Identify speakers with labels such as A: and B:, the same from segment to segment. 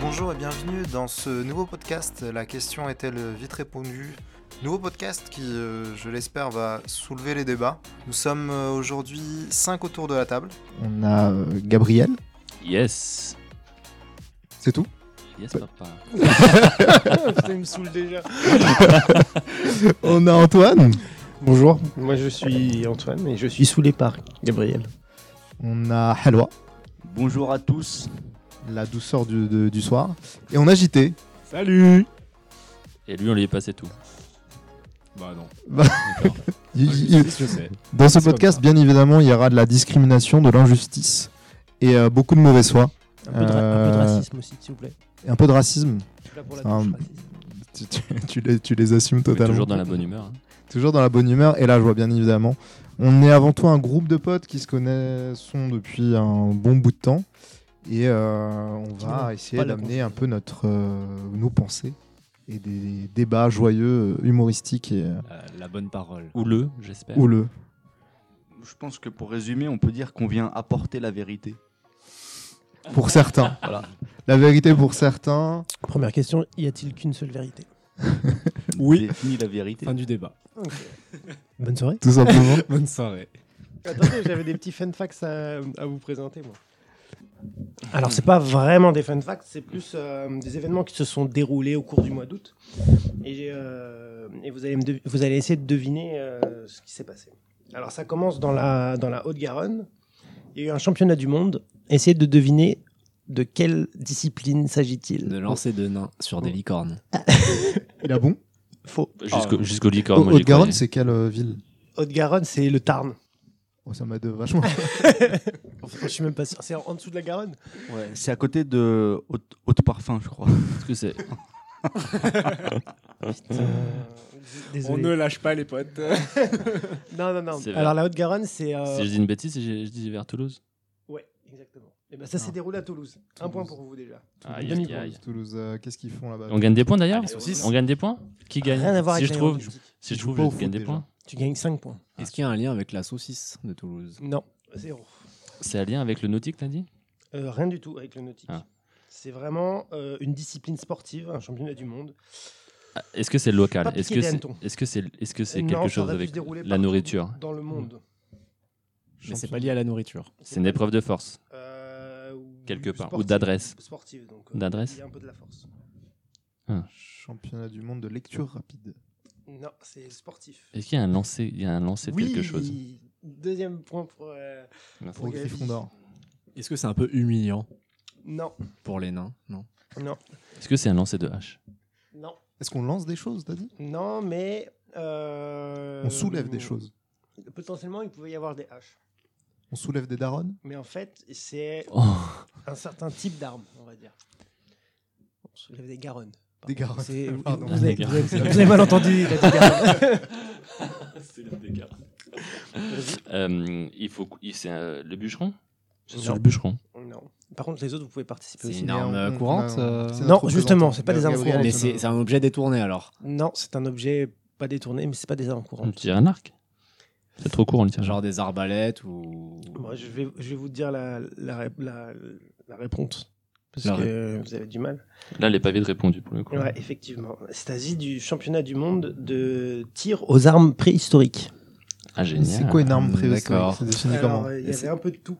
A: Bonjour et bienvenue dans ce nouveau podcast. La question est-elle vite répondue Nouveau podcast qui, euh, je l'espère, va soulever les débats. Nous sommes euh, aujourd'hui 5 autour de la table.
B: On a euh, Gabriel,
C: Yes.
B: c'est tout.
C: Yes, papa.
D: il me saoule déjà.
B: On a Antoine. Bonjour.
D: Moi, je suis Antoine et je suis saoulé par Gabriel.
B: On a Halwa,
C: Bonjour à tous.
B: la douceur du, de- du soir. Et on a JT.
D: Salut
C: Et lui, on lui est passé tout.
E: Bah non.
B: Il- il- il-
E: Ah, je sais.
B: Dans ce
E: C'est comme
B: podcast, bien évidemment, il y aura de la discrimination, de l'injustice et euh, beaucoup de mauvaise foi.
D: un peu, de ra- un peu de
B: Euh,
D: racisme aussi, s'il vous plaît.
B: Et un peu de racisme.
D: Là pour la
B: ça,
D: touche raciste.
B: Tu, tu- tu les, tu les assumes
C: Mais
B: totalement.
C: toujours dans la bonne humeur. hein.
B: Toujours dans la bonne humeur. Et là, je vois bien évidemment. On est avant tout un groupe de potes qui se connaissent depuis un bon bout de temps. Et euh, on
D: Qui
B: va
D: n'ont
B: essayer
D: pas la
B: d'amener un peu notre, euh, nos pensées et des débats joyeux, euh, humoristiques et euh,
E: Euh, la bonne parole.
C: Ou le, j'espère.
B: houleux.
F: Je pense que pour résumer, on peut dire qu'on vient apporter la vérité.
B: Pour certains.
F: Voilà.
B: La vérité pour certains.
D: Première question, y a-t-il qu'une seule vérité
E: Oui.
F: Définit la vérité.
E: Fin du débat.
D: Bonne soirée.
B: Tout simplement.
E: Bonne soirée.
D: Attendez, j'avais des petits fun facts à, à vous présenter, moi. Alors, c'est pas vraiment des fun facts, c'est plus euh, des événements qui se sont déroulés au cours du mois d'août. Et, j'ai, euh, et vous, allez me dev- vous allez essayer de deviner euh, ce qui s'est passé. Alors, ça commence dans la, dans la Haute-Garonne. Il y a eu un championnat du monde. Essayez de deviner de quelle discipline s'agit-il
E: De lancer de nains sur
C: Oh.
E: des licornes.
B: Il a bon.
D: Faux.
C: Bah, Jusqu'au jusqu'au licorne, moi, j'y
B: Haute-Garonne,
C: croyais.
B: c'est quelle euh, ville
D: Haute-Garonne, c'est le Tarn.
B: Oh, ça m'a de vachement.
D: Je suis même pas sûr. C'est en, en dessous de la Garonne
F: Ouais, c'est à côté de Haute, Haute Parfum, je crois.
C: Est-ce que c'est.
D: Désolé.
E: lâche pas les potes.
D: Non, non, non.
C: C'est
D: Alors, la Haute-Garonne, c'est. euh,
C: Si je dis une bêtise, je je dis vers Toulouse.
D: Ouais, exactement. Et ben, ça
C: Ah.
D: s'est déroulé à Toulouse. Un
B: Toulouse.
D: point pour vous déjà.
C: Aïe,
D: Demi-point.
C: aïe, aïe.
B: Toulouse, euh, qu'est-ce qu'ils font là-bas
C: On gagne des points d'ailleurs
E: les saucisses.
C: On gagne des points Qui gagne
D: Rien à voir
C: Si
D: avec
C: je
D: la
C: trouve,
D: Garonne.
C: si je
B: Ils
C: trouve,
B: jouent pas
C: je
B: au
C: gagne des
B: foot,
C: points.
D: Tu gagnes 5 points.
E: Est-ce qu'il y a un lien avec la saucisse de Toulouse
D: Non, zéro.
C: C'est un lien avec le nautique, t'as dit
D: Euh, rien du tout avec le nautique.
C: Ah.
D: C'est vraiment euh, une discipline sportive, un championnat du monde.
C: Ah, Est-ce que c'est local
D: Pas
C: Est-ce
D: piqué
C: que
D: des
C: c'est
D: hannetons.
C: est-ce que c'est est-ce que c'est
D: Non,
C: quelque
D: ça
C: chose
D: aurait pu
C: avec
D: se dérouler
C: la
D: partout
C: nourriture
D: Dans le monde.
E: Mais c'est pas lié à la nourriture.
C: C'est une épreuve de force.
D: Euh, ou-
C: Quelque part. Ou
D: sportive,
C: d'adresse.
D: Sportive, donc. euh,
C: D'adresse.
D: Il y a un peu de la force.
B: Championnat du monde de lecture rapide.
D: Non, c'est sportif.
C: Est-ce qu'il y a un lancer Il y a un lancer de
D: Oui,
C: quelque chose.
D: Deuxième point pour. euh,
C: Merci.
B: Pour
D: Gavi.
B: Gryffondor.
E: Est-ce que c'est un peu humiliant
D: Non,
E: pour les nains Non.
D: non,
C: Est-ce que c'est un lancer de hache
D: non,
B: Est-ce qu'on lance des choses, t'as dit
D: non, mais. euh,
B: On soulève des choses.
D: Potentiellement, il pouvait y avoir des haches.
B: On soulève des darons
D: Mais en fait, c'est
C: Oh.
D: un certain type d'arme, on va dire. On soulève des garonnes.
B: Des garonnes.
D: C'est- Vous
B: Pardon.
D: vous avez
C: Des
D: vous avez- vous avez mal entendu, il a dit garonne.
C: Euh, il faut, cou- il- c'est euh, le bûcheron. C'est sur le bûcheron.
D: Non. Par contre, les autres, vous pouvez participer
E: C'est
D: aussi.
E: une arme euh, courante euh,
D: Non, justement, c'est pas des armes courantes.
E: Mais c'est c'est un objet détourné alors.
D: Non, c'est un objet pas détourné, mais c'est pas des armes
C: On
D: courantes.
C: tire un arc. C'est trop court, on le tire.
E: Genre des arbalètes ou.
D: Moi, je vais, je vais vous dire la, la, ré- la- la réponse. Parce
E: La
D: que vous avez du mal.
C: Là, les pavés de répondu pour le coup.
D: Ouais, effectivement. C'est Asie du championnat du monde de tir aux armes préhistoriques.
C: Ah génial.
B: C'est quoi une arme préhistorique
E: D'accord.
B: C'est défini
D: Alors,
B: comment
D: euh, il y avait un peu de tout.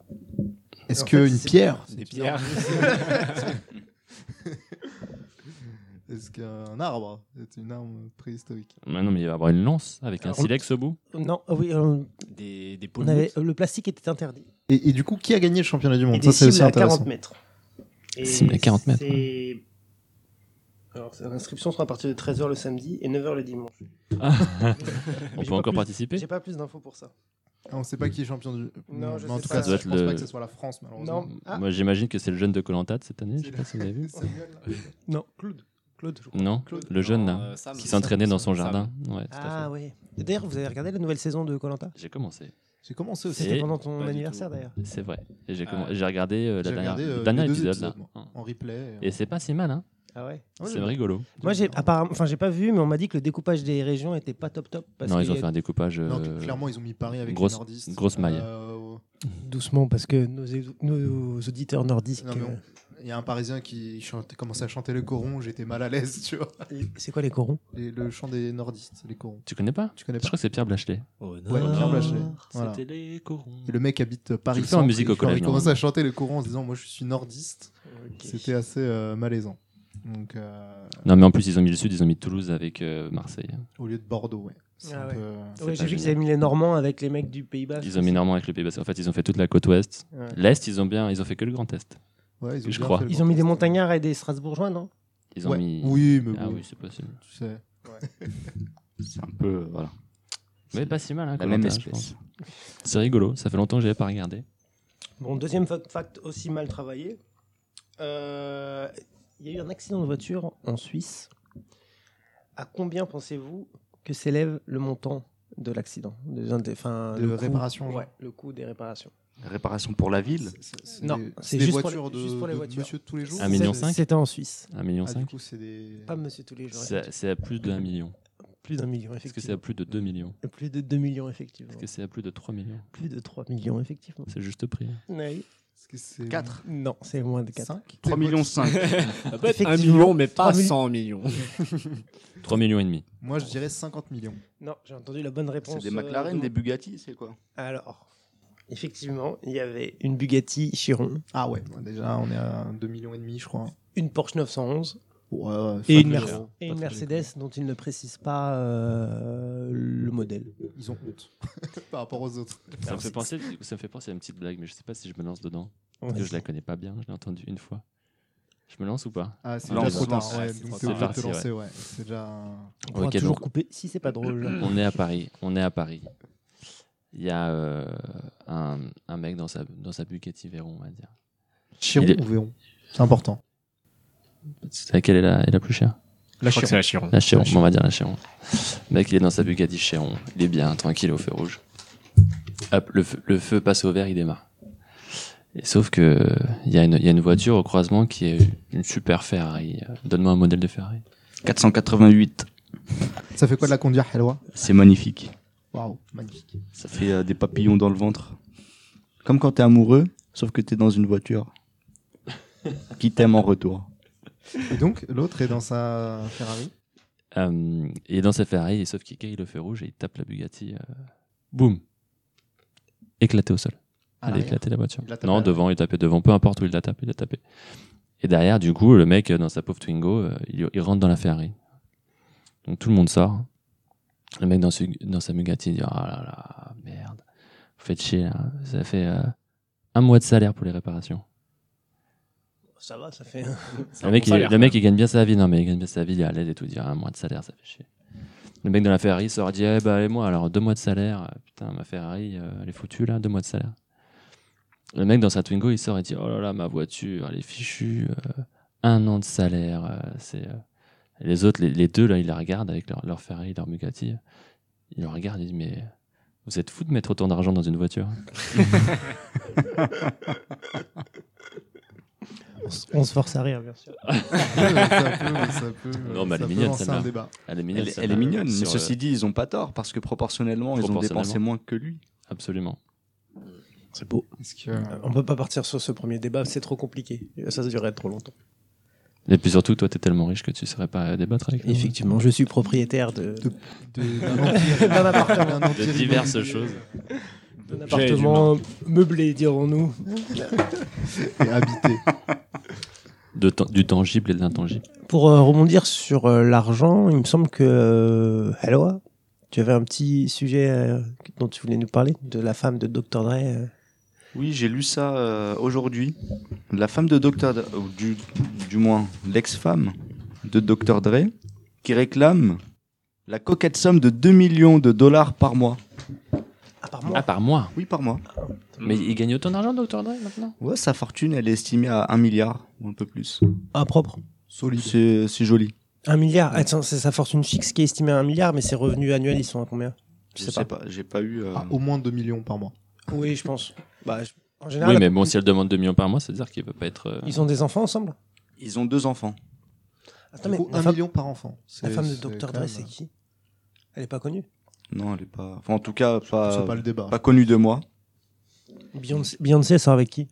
B: Est-ce
D: en
B: que
D: fait,
B: une
D: c'est-
B: pierre
E: Des pierres.
B: Est-ce qu'un arbre est une arme préhistorique
C: Mais non, mais il va y avoir une lance avec un
D: Alors,
C: silex au bout.
D: Non, ah oui, euh,
E: Des, des
D: on avait- euh, le plastique était interdit.
B: et, et du coup, qui a gagné le championnat du
D: Et
B: monde Ça,
D: des
B: c'est
D: cibles
B: aussi
D: à 40
B: intéressant.
D: mètres. Et
C: Cibles à 40 mètres,
D: c'est- Alors, c'est- l'inscription sera à partir de 13h le samedi et 9h le dimanche.
C: On
D: j'ai
C: peut
D: pas
C: encore
D: plus-
C: participer.
D: J'ai pas plus d'infos pour ça.
B: Ah, on ne sait pas qui est champion du.
D: Non, je
B: mais en
D: sais
B: tout
D: pas.
B: cas,
C: Ça doit
B: je
C: être
B: pense
C: le-
B: pas que ce soit la France, malheureusement.
D: Non. Ah.
C: Moi, j'imagine que c'est le jeune de Colanta de cette année. Je sais pas si vous avez vu.
B: Samuel, là.
D: Non, Claude. Claude, je
C: Non,
D: Claude.
C: le jeune
E: Non,
C: là,
E: euh, Sam.
C: qui s'entraînait dans son
E: Sam.
C: jardin. Ouais, tout à
D: Ah
C: fait.
D: oui. D'ailleurs, vous avez regardé la nouvelle saison de Colanta
C: J'ai commencé.
B: J'ai commencé aussi.
D: C'était
C: Et-
D: pendant ton
E: pas du
D: anniversaire
E: tout.
D: d'ailleurs.
C: C'est vrai. Et j'ai
E: Ah.
C: commen- j'ai regardé euh, la
B: J'ai
C: dernière,
B: regardé, euh,
C: le dernier
B: les deux
C: épisode
B: épisodes,
C: là.
B: en replay.
C: Et c'est pas si mal, hein.
D: Ah ouais.
B: Ah ouais,
C: c'est
B: j'aime
C: rigolo.
D: Moi j'ai apparemment, enfin j'ai pas vu, mais on m'a dit que le découpage des régions était pas top top. Parce
C: Non,
D: qu'il
C: ils ont
D: y a-
C: fait un découpage.
B: Non,
C: euh,
B: clairement, ils ont mis Paris avec
C: grosse-
B: les nordistes.
C: grosse maille.
B: Euh,
D: Doucement parce que nos, é- nos auditeurs nordiques.
B: Non, mais on-
D: euh,
B: il y a un Parisien qui chante- commençait à chanter les corons, j'étais mal à l'aise, tu vois.
D: C'est quoi les corons
B: Les- le chant des nordistes, les corons.
C: Tu connais pas
B: Tu connais
C: Je
B: pas
C: crois que c'est Pierre Blachelet.
E: Oh, non.
B: Ouais, Pierre Blachelet. Voilà.
C: C'était les corons.
B: Et le mec habite Paris.
C: le fais en
B: centre,
C: musique
B: il-
C: au collège,
B: Il commence
C: normalement.
B: à chanter les corons en se disant Moi, je suis nordiste. C'était assez euh, malaisant. Donc, euh,
C: Non, mais en plus, ils ont mis le sud, ils ont mis Toulouse avec euh, Marseille.
B: au lieu de Bordeaux, ouais. C'est
D: Ah
B: un
D: ouais.
B: peu-
D: Ouais,
C: pas
D: J'ai vu qu'ils
C: génial.
D: avaient mis les Normands avec les mecs du
B: Ah,
D: Pays Bas.
C: Ils ont mis énormément avec le Pays Basque. En fait, ils ont fait toute la côte ouest.
D: Ouais.
C: L'est, ils ont bien, ils ont fait que le Grand Est.
B: Ouais, ils ont
C: Je
B: bien
C: crois.
B: fait le
D: Ils ont mis des
B: contexte.
D: montagnards et des Strasbourgeois, non
C: Ils ont
B: Ouais.
C: mis.
B: Oui, mais
C: Ah
B: bon,
C: oui, c'est possible.
B: tu sais.
F: C'est un peu. euh, Voilà.
C: Mais pas si mal, hein,
F: La
C: comme
F: même
C: intérêt, je
F: espèce.
C: pense. C'est rigolo, ça fait longtemps que j'avais pas regardé.
D: Bon, deuxième fun fact aussi mal travaillé. Euh, Il y a eu un accident de voiture en Suisse. À combien pensez-vous que s'élève le montant de l'accident Des indé- enfin,
B: De
D: le coût-
B: réparation, genre.
D: Ouais, le coût des réparations.
F: Réparation pour la ville.
B: C'est- c'est
D: Non,
B: des-
D: c'est
B: des
D: juste pour
B: voitures
D: les-
B: de,
D: juste pour les
B: de
D: voitures.
B: monsieur de tous les jours.
C: Un million
D: C'est-
C: cinq
D: C'était en Suisse.
C: 1,5 million.
B: Ah, du coup, c'est des.
D: Pas monsieur tous les jours.
C: C'est c'est à plus de 1 million.
D: Plus d'un million,
C: Est-ce que c'est à
D: effectivement.
C: plus de 2 millions
D: Plus de 2 millions, effectivement.
C: Est-ce que c'est à plus de 3 millions
D: Plus de 3 millions, effectivement.
C: C'est juste prix.
D: Oui.
B: Est-ce que c'est
F: 4.
D: Non, c'est moins de 4.
B: 5
F: 3 millions 5.
E: Peut-être
D: Effectivement.
E: un million, mais pas
D: 3 000.
E: 100 millions.
C: 3 millions et demi.
B: Moi, je dirais 50 millions.
D: Non, j'ai entendu la bonne réponse.
F: C'est des
D: euh,
F: McLaren,
D: de-
F: des Bugatti, c'est quoi
D: Alors, effectivement, il y avait une Bugatti Chiron,
B: Ah ouais, déjà, on est à 2 millions et demi, je crois.
D: une Porsche 911
B: Ouais, ouais,
D: et une,
B: pas
D: Merce-
B: très cher.
C: Pas très
D: et une
C: cher.
D: Mercedes dont il ne précise pas euh, le modèle.
B: Ils ont honte par rapport aux autres.
C: Ça me,
D: Alors,
C: fait
D: c'est-
C: penser, ça me fait penser à une petite blague, mais je sais pas si je me lance dedans.
D: Ouais.
C: Parce que je la connais pas bien, je l'ai entendue une fois. Je me lance ou pas
B: Ah, c'est
C: Lance,
B: déjà trop
F: lance.
B: tard. Ouais,
E: Ouais,
B: donc
E: c'est
B: t'es obligé de
C: parti,
B: te lancer, ouais. C'est déjà. un-
D: On pourra
C: Ok,
D: toujours
C: donc-
D: couper si c'est pas drôle.
C: On est à Paris. On est à Paris. Il y a euh, un, un mec dans sa, dans sa Bugatti Veyron, on va dire.
B: Chiron
C: Il est-
B: ou Véron C'est important.
C: C'est laquelle est la, est la plus chère
B: La
E: Je crois que c'est la Chiron.
C: La Chéron, on va dire la Chéron. Le mec, il est dans sa Bugatti Chéron. Il est bien, tranquille au feu rouge. Hop, le feu, le feu passe au vert, il démarre. Et sauf que euh, il y, a une- il y a une voiture au croisement qui est une super Ferrari. Euh, Donne-moi un modèle de Ferrari.
F: 488.
B: Ça fait quoi de la conduire Helwa
F: C'est magnifique.
B: Waouh, magnifique.
F: Ça fait euh, des papillons dans le ventre. Comme quand t'es amoureux, sauf que t'es dans une voiture qui t'aime en retour.
B: Et donc, l'autre est dans sa Ferrari.
C: Euh, il est dans sa Ferrari, et sauf qu'il caille le feu rouge et il tape la Bugatti. euh, boum Éclaté au sol.
B: à
C: il a
B: l'arrière.
C: éclaté la voiture.
B: Ah, Il l'a tapé à
C: non,
B: l'arrière.
C: devant, il tapait devant, peu importe où il l'a tapé, il l'a tapé. Et derrière, du coup, le mec, euh, dans sa pauvre Twingo, euh, il, il rentre dans la Ferrari. Donc tout le monde sort. Le mec dans, ce- dans sa Bugatti il dit Ah là là, merde, vous faites chier, là. ça fait euh, un mois de salaire pour les réparations.
D: Ça va, ça fait.
C: Le mec, il,
E: bon salaire,
C: le mec, il gagne bien sa vie. Non, mais il gagne bien sa vie, il est à l'aise et tout. Il dit un mois de salaire, ça fait chier. Le mec dans la Ferrari sort, il dit Eh bah, et moi, alors deux mois de salaire. Euh, Putain, ma Ferrari, euh, elle est foutue là, deux mois de salaire. Le mec dans sa Twingo, il sort et dit Oh là là, ma voiture, elle est fichue. euh, un an de salaire. euh, c'est, euh. Et Les autres, les, les deux, là, ils la regardent avec leur, leur Ferrari, leur Bugatti. Ils le regardent, ils disent Mais vous êtes fous de mettre autant d'argent dans une voiture
D: On, s- on se force à rire, bien sûr.
B: ça peut, ça peut.
C: Non, mais elle est
B: ça peut
C: mignonne,
B: lancer
C: celle-là.
B: un débat.
C: Elle est mignonne.
F: Elle,
C: ça,
F: elle est
C: euh,
F: mignonne.
C: sur, euh,
F: Ceci dit, ils ont pas tort parce que proportionnellement, ils ont
C: Proportionnellement.
F: dépensé moins que lui.
C: Absolument.
D: C'est beau.
B: Est-ce que.
D: On peut pas partir sur ce premier débat, c'est trop compliqué. Ça, ça durerait trop longtemps.
C: Et puis surtout, toi, t'es tellement riche que tu saurais pas euh, débattre avec nous.
D: Effectivement, je suis propriétaire de.
B: De- de- d'un empire-
D: D'un appartement.
B: d'un empire
C: De diverses
B: immobilier.
C: choses.
D: d'un
E: J'ai
D: appartement meublé, dirons-nous.
B: Et habité.
C: de tan- du tangible et de l'intangible.
D: Pour euh, rebondir sur euh, l'argent, il me semble que euh, Hello, tu avais un petit sujet euh, dont tu voulais nous parler, de la femme de Dr. Dre. euh.
F: Oui, j'ai lu ça euh, aujourd'hui. La femme de Dr. Dre, ou du, du moins l'ex-femme de Dr. Dre, qui réclame la coquette somme de 2 millions de dollars par mois.
D: Ah, par mois.
C: Ah, par mois
F: Oui, par mois.
C: Mais il gagne autant d'argent, Dr. Dre, maintenant
F: Ouais, sa fortune, elle est estimée à 1 milliard ou un peu plus.
D: Un Ah, propre.
B: Solide.
F: C'est c'est joli.
D: Un milliard. Attends, c'est sa fortune fixe qui est estimée à un milliard, mais ses revenus annuels, ils sont à combien
F: Je sais pas, j'ai pas eu. euh,
B: Ah, au moins 2 millions par mois.
D: Oui, je pense. Bah, je- En général,
C: Oui, mais bon, si elle demande 2 millions par mois, ça veut dire qu'il peut pas être. euh,
D: ils ont des enfants ensemble
F: Ils ont deux enfants.
D: Attends,
B: Du
D: mais
B: coup,
D: la
B: 1
D: femme,
B: million par enfant.
D: la
B: C'est-
D: femme de
B: c'est
D: Dr.
B: quand
D: Dre,
B: même- euh,
D: c'est qui Elle est pas connue
F: Non, elle est pas.
C: Euh,
F: Enfin, en tout cas, pas,
B: C'est pas
F: pas,
B: le débat.
F: connue de moi.
D: Beyoncé, Beyoncé elle sort avec qui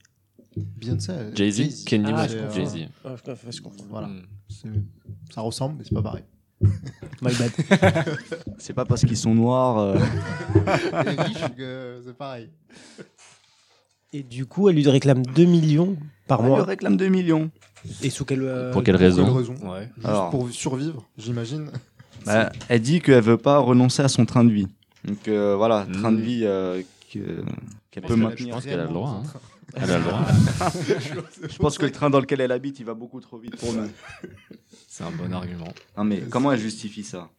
B: Beyoncé. elle-
C: Jay-Z, Kanye
D: Ah,
C: West,
B: c'est, euh,
C: Jay-Z.
D: Ah, je confonds, je confonds.
B: Voilà.
E: Mm.
B: C'est- Ça ressemble, mais c'est pas pareil.
E: My bad.
F: C'est pas parce qu'ils sont noirs. euh,
B: Les riches, que euh, c'est pareil.
D: Et du coup, elle lui réclame 2 millions par
F: Elle
D: mois.
F: réclame 2 millions.
D: Et sous quelle, euh,
C: Pour quelle
B: Pour quelle
C: raison
B: raison
E: Ouais.
B: Juste
F: Alors.
B: pour survivre, j'imagine.
F: Bah, elle dit qu'elle veut pas renoncer à son train de vie. Donc euh, voilà, train de vie euh, que- qu'elle peut
C: Je
F: maintenir.
C: pense qu'elle a le droit, hein.
B: Réellement,
C: Elle a le droit.
F: Je pense que le train dans lequel elle habite, il va beaucoup trop vite pour nous.
E: C'est un bon argument.
F: Non mais comment elle justifie ça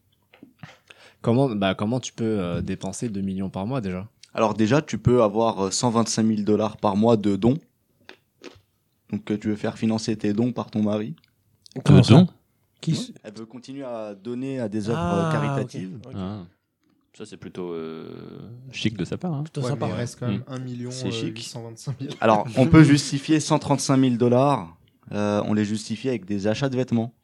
E: Comment, bah, comment tu peux euh, dépenser 2 millions par mois déjà
F: Alors déjà, tu peux avoir euh, 125 000 dollars par mois de dons. Donc euh, tu veux faire financer tes dons par ton mari.
D: Comment ça
C: Deux dons
D: Qui s-
F: Elle veut continuer à donner à des œuvres
D: Ah,
F: euh, caritatives.
D: ok, ok.
C: Ah. Ça, c'est plutôt euh, chic de sa part. hein.
D: Plutôt
B: ouais,
D: sympa.
B: mais il reste quand même euh, 1
F: C'est chic.
B: 825 000.
F: Alors on peut justifier 135 000 dollars. euh, on les justifie avec des achats de vêtements.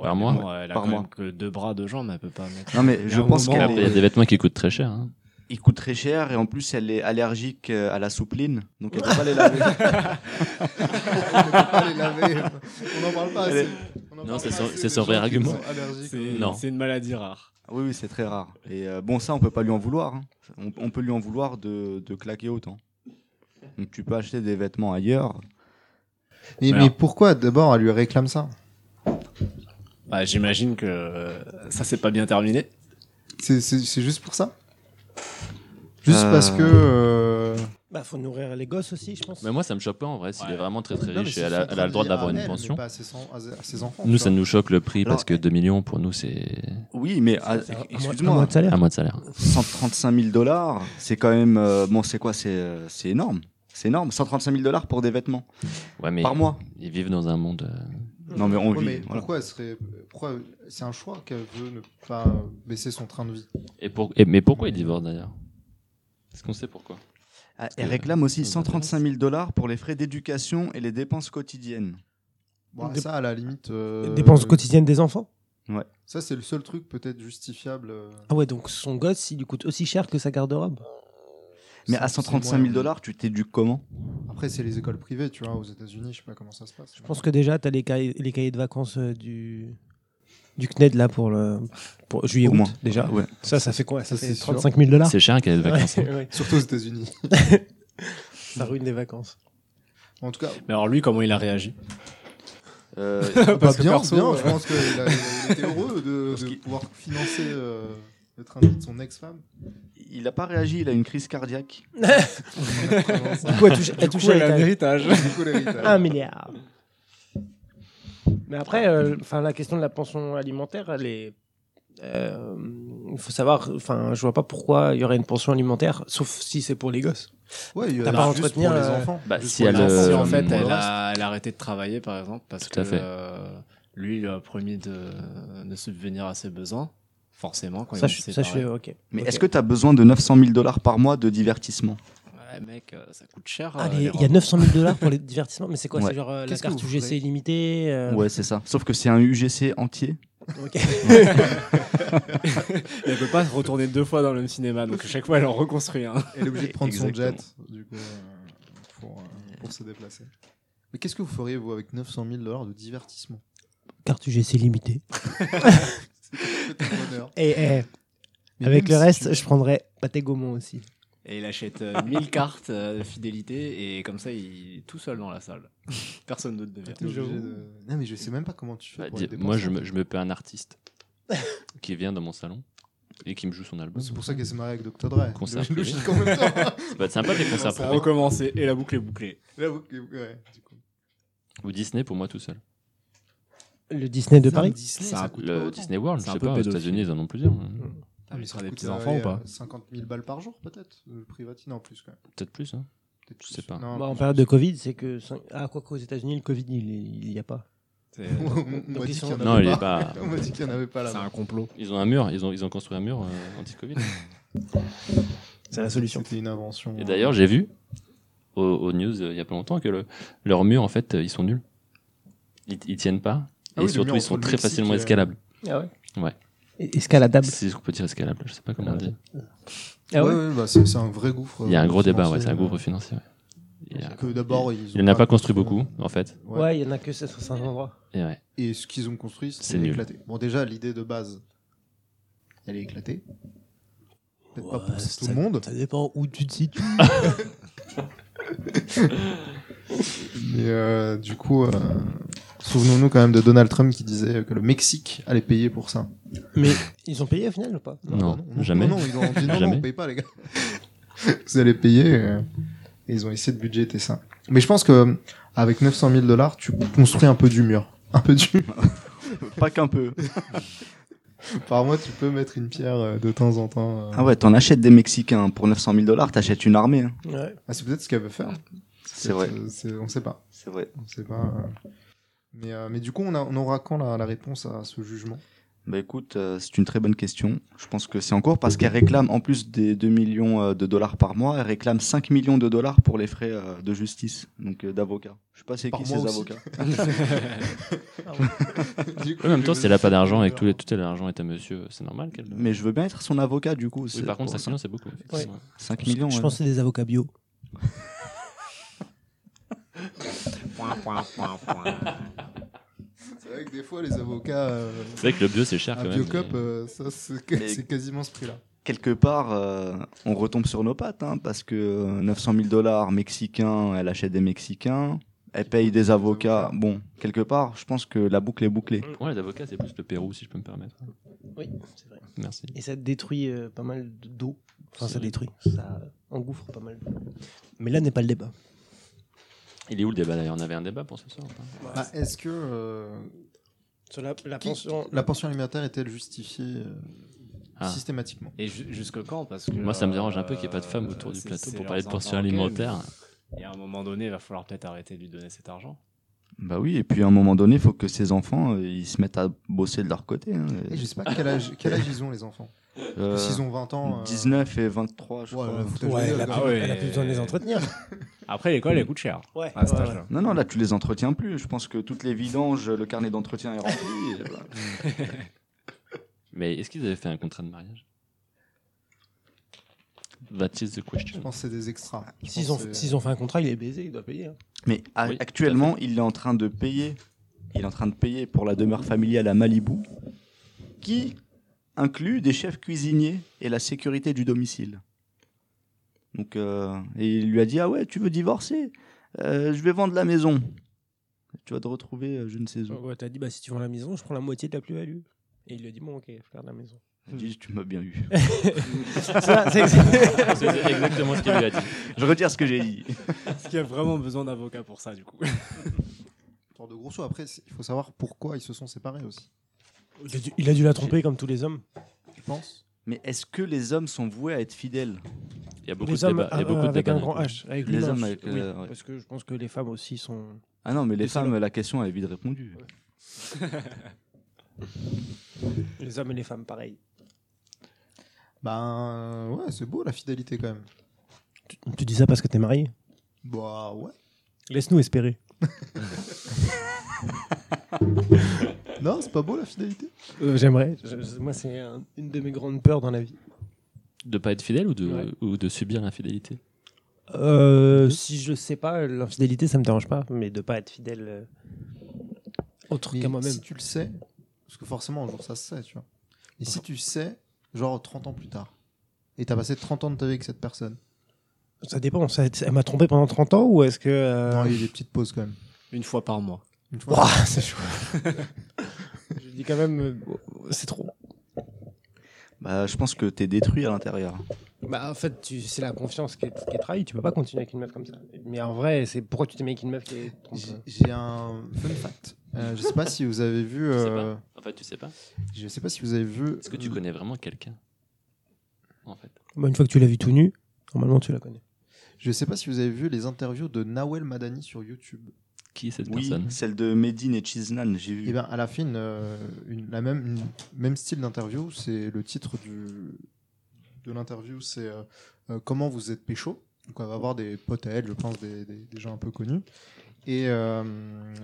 C: Par mois
E: Bon, Elle a
F: Par
E: quand
F: mois.
E: même que deux bras, deux jambes, elle peut pas mettre.
F: Non mais
E: y a
F: je
E: un
F: pense
E: moment-
F: qu'elle
C: Il y a
F: est-
C: des vêtements qui coûtent très cher. hein.
F: il coûte très cher et en plus elle est allergique euh, à la soupline, donc elle peut pas les laver. Ah
B: On ne peut pas les laver. On n'en parle pas
F: Elle
B: assez.
F: est-
B: On en
C: Non,
B: parle
C: c'est
B: pas
C: son-
B: assez
C: c'est
B: des
C: son
B: gens
C: vrai
B: qui
C: argument.
B: sont allergiques.
E: C'est
C: Non.
E: c'est une maladie rare.
F: Oui, oui, c'est très rare. Et euh, bon, ça, on peut pas lui en vouloir. hein. On, on peut lui en vouloir de, de claquer autant. Donc tu peux acheter des vêtements ailleurs.
B: Mais, mais
E: Alors.
B: pourquoi d'abord elle lui réclame ça
E: Bah, J'imagine que euh, ça s'est pas bien terminé.
B: C'est- C'est c'est juste pour ça Juste
F: Euh.
B: parce que. euh,
D: Bah, faut nourrir les gosses aussi, je pense.
C: Mais moi, ça me choque pas en vrai. S'il
E: Ouais.
C: est vraiment très très
B: non, mais
C: riche
B: c'est
C: et elle
B: son
C: a, elle a
B: train
C: le
B: de
C: droit
B: vie
C: d'avoir
B: à
C: une
B: elle,
C: pension.
B: mais pas à ses, en- à ses enfants.
C: Nous,
B: tu
C: ça
B: vois.
C: nous choque le prix
F: Alors-
C: parce que 2 millions pour nous, c'est
F: Oui, mais ah,
D: C'est un- un mois- un mois
F: excuse-moi,
D: de salaire.
C: un mois de salaire.
F: 135 000 dollars, c'est quand même. euh, bon, c'est quoi C'est euh, c'est énorme. C'est énorme. 135 000 dollars pour des vêtements
C: Ouais, mais
F: par mois.
C: ils vivent dans un monde. euh,
F: Non, mais on
B: Ouais,
F: vit.
B: mais
F: voilà.
B: pourquoi elle serait. pourquoi- C'est un choix qu'elle veut ne pas euh, baisser son train de vie.
C: Et pour... et- mais pourquoi ils divorcent d'ailleurs Est-ce qu'on sait pourquoi
F: Ah, Elle réclame aussi
C: Ça nous
F: 135 000 dollars pour les frais d'éducation et les dépenses quotidiennes.
B: Bon,
D: Dép-
B: ça, à la limite. euh,
D: Dépenses quotidiennes des enfants.
B: Ça, c'est le seul truc peut-être justifiable. euh,
D: Ah ouais, donc son gosse, il lui coûte aussi cher que sa garde-robe.
F: Mais
B: c'est-
F: à
B: c'est
F: 135
B: moins-
F: 000 dollars, tu t'éduques comment
B: Après, c'est les écoles privées, tu vois, aux États-Unis, je sais pas comment ça se passe.
D: Je pense que déjà, t'as les cahiers, les cahiers de vacances euh, du, du CNED là pour le pour juillet
F: Au
D: août
F: moins.
D: déjà.
F: Ouais.
D: Ça, ça fait quoi Ça,
B: Ça,
D: fait
B: c'est sûr.
D: 35 000 dollars.
C: C'est cher qu'elle ait des vacances.
D: Ouais, ouais.
B: Surtout aux États-Unis.
D: Ça ruine les vacances.
B: en tout cas,
E: Mais alors lui, comment il a réagi
F: Euh,
B: bah,
E: Parce que
B: bien,
E: perso,
B: bien.
E: euh,
B: Je pense qu'il a- il était heureux de,
F: Parce
B: de
F: qu'il-
B: pouvoir financer euh, le train de vie de son ex-femme.
F: Il n'a pas réagi, il a une crise cardiaque.
B: Vraiment, ça.
D: Du coup, elle touche, elle touche à
E: un
D: l'héritage.
E: héritage.
B: Du coup, l'héritage.
D: un milliard. Mais après, euh, enfin, la question de la pension alimentaire, elle est. euh, Il faut savoir, enfin, je vois pas pourquoi il y aurait une pension alimentaire, sauf si c'est pour les gosses.
B: Ouais, il y a
D: T'as
B: juste
D: pas à
B: pour
D: entretenir,
B: les
D: euh,
B: enfants.
C: Bah,
B: Juste
C: si
B: pour
C: elle,
B: les enfants.
E: si
C: euh,
E: en fait,
C: pour
E: elle
C: le
E: a, elle a arrêté de travailler, par exemple, parce
C: Tout à
E: que
C: fait.
E: euh, lui, le premier de, de subvenir à ses besoins, forcément, quand
D: ça,
E: il
D: je, ça, je suis ok.
F: Mais
D: Ok.
F: est-ce que tu as besoin de 900 000 dollars par mois de divertissement
E: Ouais, mec, euh, ça coûte cher.
D: Ah,
E: euh,
D: les-
E: les
D: il y a
E: repas.
D: 900 000 dollars pour les divertissements, mais c'est quoi
F: Ouais.
D: C'est genre euh, la
B: Qu'est-ce que
D: carte
B: vous
D: UGC
B: ferez
D: illimitée euh,
F: Ouais, c'est ça. Sauf que c'est un UGC entier.
D: ok.
E: Et Elle peut pas se retourner deux fois dans le même cinéma, donc à chaque fois, elle en reconstruit un.
B: Elle est obligée de prendre son
F: Exactement.
B: jet du coup, euh, pour, euh, pour se déplacer. Mais qu'est-ce que vous feriez, vous, avec 900 000 dollars de divertissement
D: Carte UGC illimitée.
B: C'est un bonheur.
D: Et eh,
B: Mais
D: avec le
B: même si
D: reste,
B: tu-
D: je prendrais Pathé Gaumont aussi.
E: Et il achète euh, 1000 cartes euh, de fidélité, et comme ça, il est tout seul dans la salle. Personne d'autre ne vient.
B: t'es obligé de- Non, mais je sais même pas comment tu fais.
C: Bah,
B: pour
C: dis-
B: les
C: moi,
B: dépenser.
C: je me, je me paie un artiste qui vient dans mon salon et qui me joue son album.
B: C'est pour ça qu'elle s'est mariée avec Dr. Dre.
C: Concert
B: Logique-
C: privé.
B: Logique en même temps.
C: Ça va être Bah, sympa les concerts
E: Ça a
C: privés.
E: recommencé, et la boucle est bouclée.
B: Là, vous- ouais, du coup.
C: Ou Disney pour moi tout seul.
D: Le Disney de
B: Ça,
D: Paris.
B: Disney,
E: Ça,
B: ça coûte pas
C: Le
B: autant.
C: Disney World,
E: C'est
C: je
E: un
C: sais
E: peu
C: pas, aux
E: pédophile.
C: États-unis ils en ont plusieurs. hein.
E: Ah, mais
B: mais ça
E: ce sera des
B: coûte,
E: petits enfants
B: euh,
E: ou pas
B: 50 000 balles par jour, peut-être euh, Privatine en plus, quand même.
C: Peut-être plus. Hein.
B: Peut-être
C: Je
B: plus.
C: sais pas.
B: Non,
D: Bah, en
B: plus.
D: période de Covid, c'est que. cinq- Ah, quoi qu'aux États-Unis, le Covid, il il y a pas.
E: C'est
B: On m'a
D: ils
B: dit qu'il y
D: sont-
B: en
C: Non, il
B: avait
C: est
B: pas.
C: pas.
B: On m'a dit qu'il n'y en avait pas
E: c'est
B: là.
E: un complot.
C: Ils ont un mur, ils ont, ils ont construit un mur euh, anti-Covid.
D: C'est la solution.
B: C'était une invention.
C: Et d'ailleurs, j'ai vu aux, aux news euh, il y a pas longtemps que le, leurs murs, en fait, euh, ils sont nuls. Ils, ils tiennent pas.
B: Ah
C: et
B: oui, le
C: surtout,
B: mur
C: ils sont
B: entre le
C: très
B: Mexique
C: facilement
B: et-
C: escalables.
D: Ah ouais
C: Ouais.
D: Escaladable.
C: Si on peut dire escalables, je sais pas comment on dit.
D: Ah ouais
B: ouais, ouais, bah, c'est c'est un vrai gouffre.
C: Il y a un
B: euh,
C: gros débat, ouais,
B: financier,
C: c'est un
B: euh,
C: gouffre financier. ouais. Il y a-
B: Que d'abord, ils
C: il
B: ont
C: n'a pas construit beaucoup, en fait.
B: Ouais.
D: Ouais, il y en a que sur certains endroits.
C: Et ouais.
B: Et ce qu'ils ont construit,
C: C'est
B: c'est
C: nul.
B: éclaté. Bon, déjà, l'idée de base, elle est éclatée. Peut-être pas pour tout le monde.
G: Ça dépend où tu te situes.
B: Mais euh, du coup, euh, souvenons-nous quand même de Donald Trump qui disait que le Mexique allait payer pour ça.
D: Mais ils ont payé au final ou pas
C: Non,
B: bah non,
C: jamais.
B: Non, non, ils ont dit non, non,
C: Jamais.
B: on paye pas, les gars. Vous allez payer. euh, et ils ont essayé de budgéter ça. Mais je pense que euh, avec 900 000 dollars, tu construis un peu du mur. Un peu du mur.
F: Pas qu'un peu.
B: Par mois, tu peux mettre une pierre euh, de temps en temps. euh.
F: Ah ouais, t'en achètes des Mexicains pour 900 000 dollars, t'achètes une armée. hein.
D: Ouais.
B: Ah, c'est peut-être ce qu'elle veut faire.
F: C'est vrai.
B: Euh, c'est- on sait pas.
F: C'est vrai.
B: On sait pas. euh. Mais, euh, mais du coup, on, a- on aura quand la, la réponse à ce jugement
F: Bah écoute, euh, c'est une très bonne question. Je pense que c'est en cours parce qu'elle réclame, en plus des 2 millions euh, de dollars par mois, elle réclame 5 millions de dollars pour les frais euh, de justice, donc euh, d'avocats. Je sais pas c'est
B: Par
F: qui
B: mois
F: ces
B: aussi.
F: avocats.
D: Ah
B: Du coup,
C: En même temps,
B: je-
C: si elle n'a pas d'argent et que tout, les- tout l'argent est à monsieur, euh, c'est normal qu'elle.
F: Mais je veux bien être son avocat du coup.
C: Oui,
F: c'est
C: par contre,
F: pour
C: 5 millions, c'est beaucoup. effectivement.
F: 5 millions.
G: Je
F: ouais.
G: pense que c'est des avocats bio.
B: C'est vrai que des fois, les avocats. euh,
C: C'est vrai que le bio, c'est cher
B: à
C: Ah, quand même.
B: Biocop,
C: mais-
B: euh, ça, c'est que-
F: Mais-
B: c'est quasiment ce prix-là.
F: Quelque part, euh, on retombe sur nos pattes hein, parce que euh, 900 000 dollars mexicains, elle achète des Mexicains, elle paye des avocats. Bon, quelque part, je pense que la boucle est bouclée.
C: Ouais, les avocats, c'est plus le Pérou, si je peux me permettre.
D: Oui, c'est vrai.
C: Merci.
D: Et ça détruit euh, pas mal d'eau.
G: Enfin, ça détruit.
D: Ça engouffre pas mal d'eau.
G: Mais là n'est pas le débat.
C: Il est où le débat d'ailleurs On avait un débat pour ce soir ou pas
B: Bah, Est-ce que euh,
D: Sur la, la
B: qui-
D: pension.
B: la pension alimentaire est-elle justifiée euh,
C: Ah.
B: systématiquement
E: Et ju- jusque quand Parce que,
C: Moi, ça me dérange un
E: euh,
C: peu qu'il n'y ait pas de femmes autour du
E: c'est-
C: plateau
E: c'est
C: pour parler de
E: leurs
C: pension
E: enfants, ok,
C: alimentaire.
E: mais- Et à un moment donné, il va falloir peut-être arrêter de lui donner cet argent.
B: Mm.
F: Bah oui, et puis à un moment donné, il faut que ces enfants, euh, ils se mettent à bosser de leur côté. hein.
B: Et Je sais pas quel âge, quel âge ils ont, les enfants.
F: Euh,
B: S'ils ont 20 ans. euh,
F: 19 et 23, je
B: ouais,
F: crois.
B: là, foutage de
G: Ouais,
B: gueule,
G: la
B: quoi.
E: Ah ouais.
G: Elle a plus besoin de les entretenir.
E: Après, l'école, elle coûte cher.
D: Ouais.
B: Ah,
E: À cet
D: ouais, ouais.
E: âge-là.
F: Non, non, là, tu les entretiens plus. Je pense que toutes les vidanges, le carnet d'entretien est rempli. et voilà.
C: Mais est-ce qu'ils avaient fait un contrat de mariage That is the
B: Je
C: question.
B: pense que c'est des extras. Je
D: Ah, S'ils ont,
B: pense que c'est-
D: s'ils ont fait un contrat, il est baisé, il doit payer. hein.
F: Mais a-
C: Oui,
F: actuellement, il est en train de payer. Il est en train de payer pour la demeure familiale à Malibu, qui inclut des chefs cuisiniers et la sécurité du domicile. Donc, euh, et il lui a dit ah ouais, tu veux divorcer Euh, Je vais vendre la maison. Tu vas te retrouver, euh, je ne sais où.
D: Ouais, t'as dit, bah si tu vends la maison, je prends la moitié de la plus-value. Et il lui a dit, bon, ok, je garde la maison.
F: Il dit, tu m'as bien eu.
D: Ça, c'est
C: C'est exactement ce qu'il lui a dit.
F: je retire ce que j'ai dit.
E: Est-ce qu'il y a vraiment besoin d'avocats pour ça, du coup
B: Genre de grosso, après, c'est- il faut savoir pourquoi ils se sont séparés aussi.
D: Il a dû- il a dû la tromper comme tous les hommes.
B: Tu penses
F: Mais est-ce que les hommes sont voués à être fidèles
C: Il y a beaucoup
D: Les
C: de
D: hommes ah,
C: débats. Il y a beaucoup de hein.
D: avec
C: débats.
D: un grand H. Avec
F: Les
D: l'humain,
F: hommes avec,
D: oui,
F: euh, ouais.
D: Parce que je pense que les femmes aussi sont.
F: Ah non, mais les
D: Des
F: femmes,
D: salopes.
F: la question elle est vite répondue.
D: Les hommes et les femmes, pareil.
B: Ben ouais, c'est beau la fidélité quand même.
D: Tu, tu dis ça parce que t'es marié
B: Bah ouais.
D: Laisse-nous espérer.
B: Non, c'est pas beau la fidélité.
D: Euh, J'aimerais. Je- je- moi, c'est un- une de mes grandes peurs dans la vie.
C: De pas être fidèle ou de,
D: Ouais.
C: ou de subir l'infidélité
D: Euh, si je sais pas, l'infidélité, ça me dérange pas, mais de pas être fidèle euh, autre
B: Mais
D: qu'à moi-même.
B: Si tu le sais, parce que forcément un jour ça se sait, tu vois. Et si tu sais, genre 30 ans plus tard, et t'as passé 30 ans de ta vie avec cette personne.
D: Ça dépend. ça- elle m'a trompé pendant 30 ans ou est-ce que. euh,
B: Non, il y a des petites pauses quand même.
E: Une fois par mois.
B: Une fois,
D: Ouah, c'est chaud. je dis quand même, euh, c'est trop.
F: Bah, je pense que t'es détruit à l'intérieur.
D: Bah, en fait, tu- c'est la confiance qui est, qui est trahie. Tu peux pas continuer avec une meuf comme ça. Mais en vrai, c'est pourquoi tu t'es mis avec une meuf qui est trompe-
B: J'ai j'ai un fun fact. Euh, je sais pas si vous avez vu.
C: sais
B: euh,
C: En fait, tu sais pas.
B: je sais pas si vous avez vu. euh,
C: Est-ce que
E: Hmm.
C: tu connais vraiment quelqu'un En fait.
D: Bah, une fois que tu l'as vu tout nu, normalement, tu la connais.
B: Je sais pas si vous avez vu les interviews de Nawel Madani sur YouTube.
C: Qui est cette
F: Oui,
C: personne
F: celle de Medine et Chiznan, j'ai vu.
B: Et bien, Eh à la fin, une, euh, une- la même, une- même style d'interview, c'est le titre du, de l'interview, c'est euh, euh, Comment vous êtes pécho Donc, on va avoir des potes à elle, je pense, des, des- des gens un peu connus. Et euh,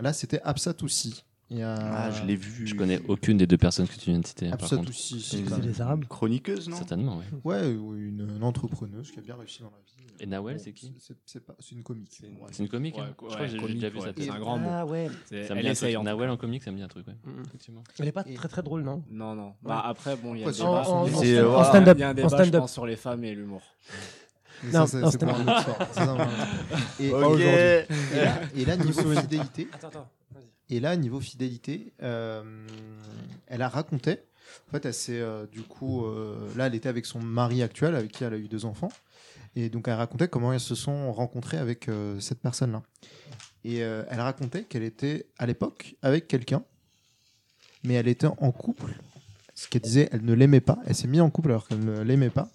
B: là, c'était Absatoussi. Il y a
F: Ah, je l'ai vu.
C: Je connais aucune des deux personnes que tu viens de citer, par
B: Absat
C: contre.
B: aussi.
F: Et-
B: c'est-
G: C'est des Arabes.
F: Chroniqueuse, non
C: Certainement, oui.
B: Ouais, ou une, une entrepreneuse qui a bien réussi dans la vie.
C: Et Nawel, c'est qui
B: c'est, c'est pas, c'est une comique.
E: C'est une-
B: Ouais.
C: C'est une comique
E: Ouais,
C: hein
E: quoi,
C: Je crois
E: ouais,
C: que j'ai
E: comique,
C: déjà vu
E: ouais.
C: ça.
E: C'est
C: peut-être.
E: un grand mot. Hmm.
D: Ah ouais.
E: C'est-
C: Ça me
E: Elle
C: dit un
E: essaye
C: truc.
E: en tout
C: Nawel en comique, ça me dit un truc, ouais. Effectivement.
D: Elle est pas
B: Et-
D: très très drôle, non
E: Non, non. Bah, après, bon, il y a
B: Ouais,
E: un
B: c'est-
E: débat.
B: en- en-
E: sur-
F: en
E: il y a
F: stand-up,
E: un
G: en
E: débat, je
G: stand-up.
E: pense, sur les femmes et l'humour.
B: Mais
G: Non,
B: ça,
G: non,
B: c'est, c'est pour un autre soir. C'est un- Et,
F: Ok.
B: aujourd'hui. et là, et là, niveau fidélité,
D: Attends, attends. vas-y.
B: et là, niveau fidélité, euh, elle a raconté. En fait, elle s'est euh, du coup euh, là, elle était avec son mari actuel, avec qui elle a eu deux enfants, et donc elle racontait comment elles se sont rencontrées avec euh, cette personne-là. Et euh, elle racontait qu'elle était à l'époque avec quelqu'un, mais elle était en couple. Ce qu'elle disait, elle ne l'aimait pas. Elle s'est mise en couple alors qu'elle ne l'aimait pas.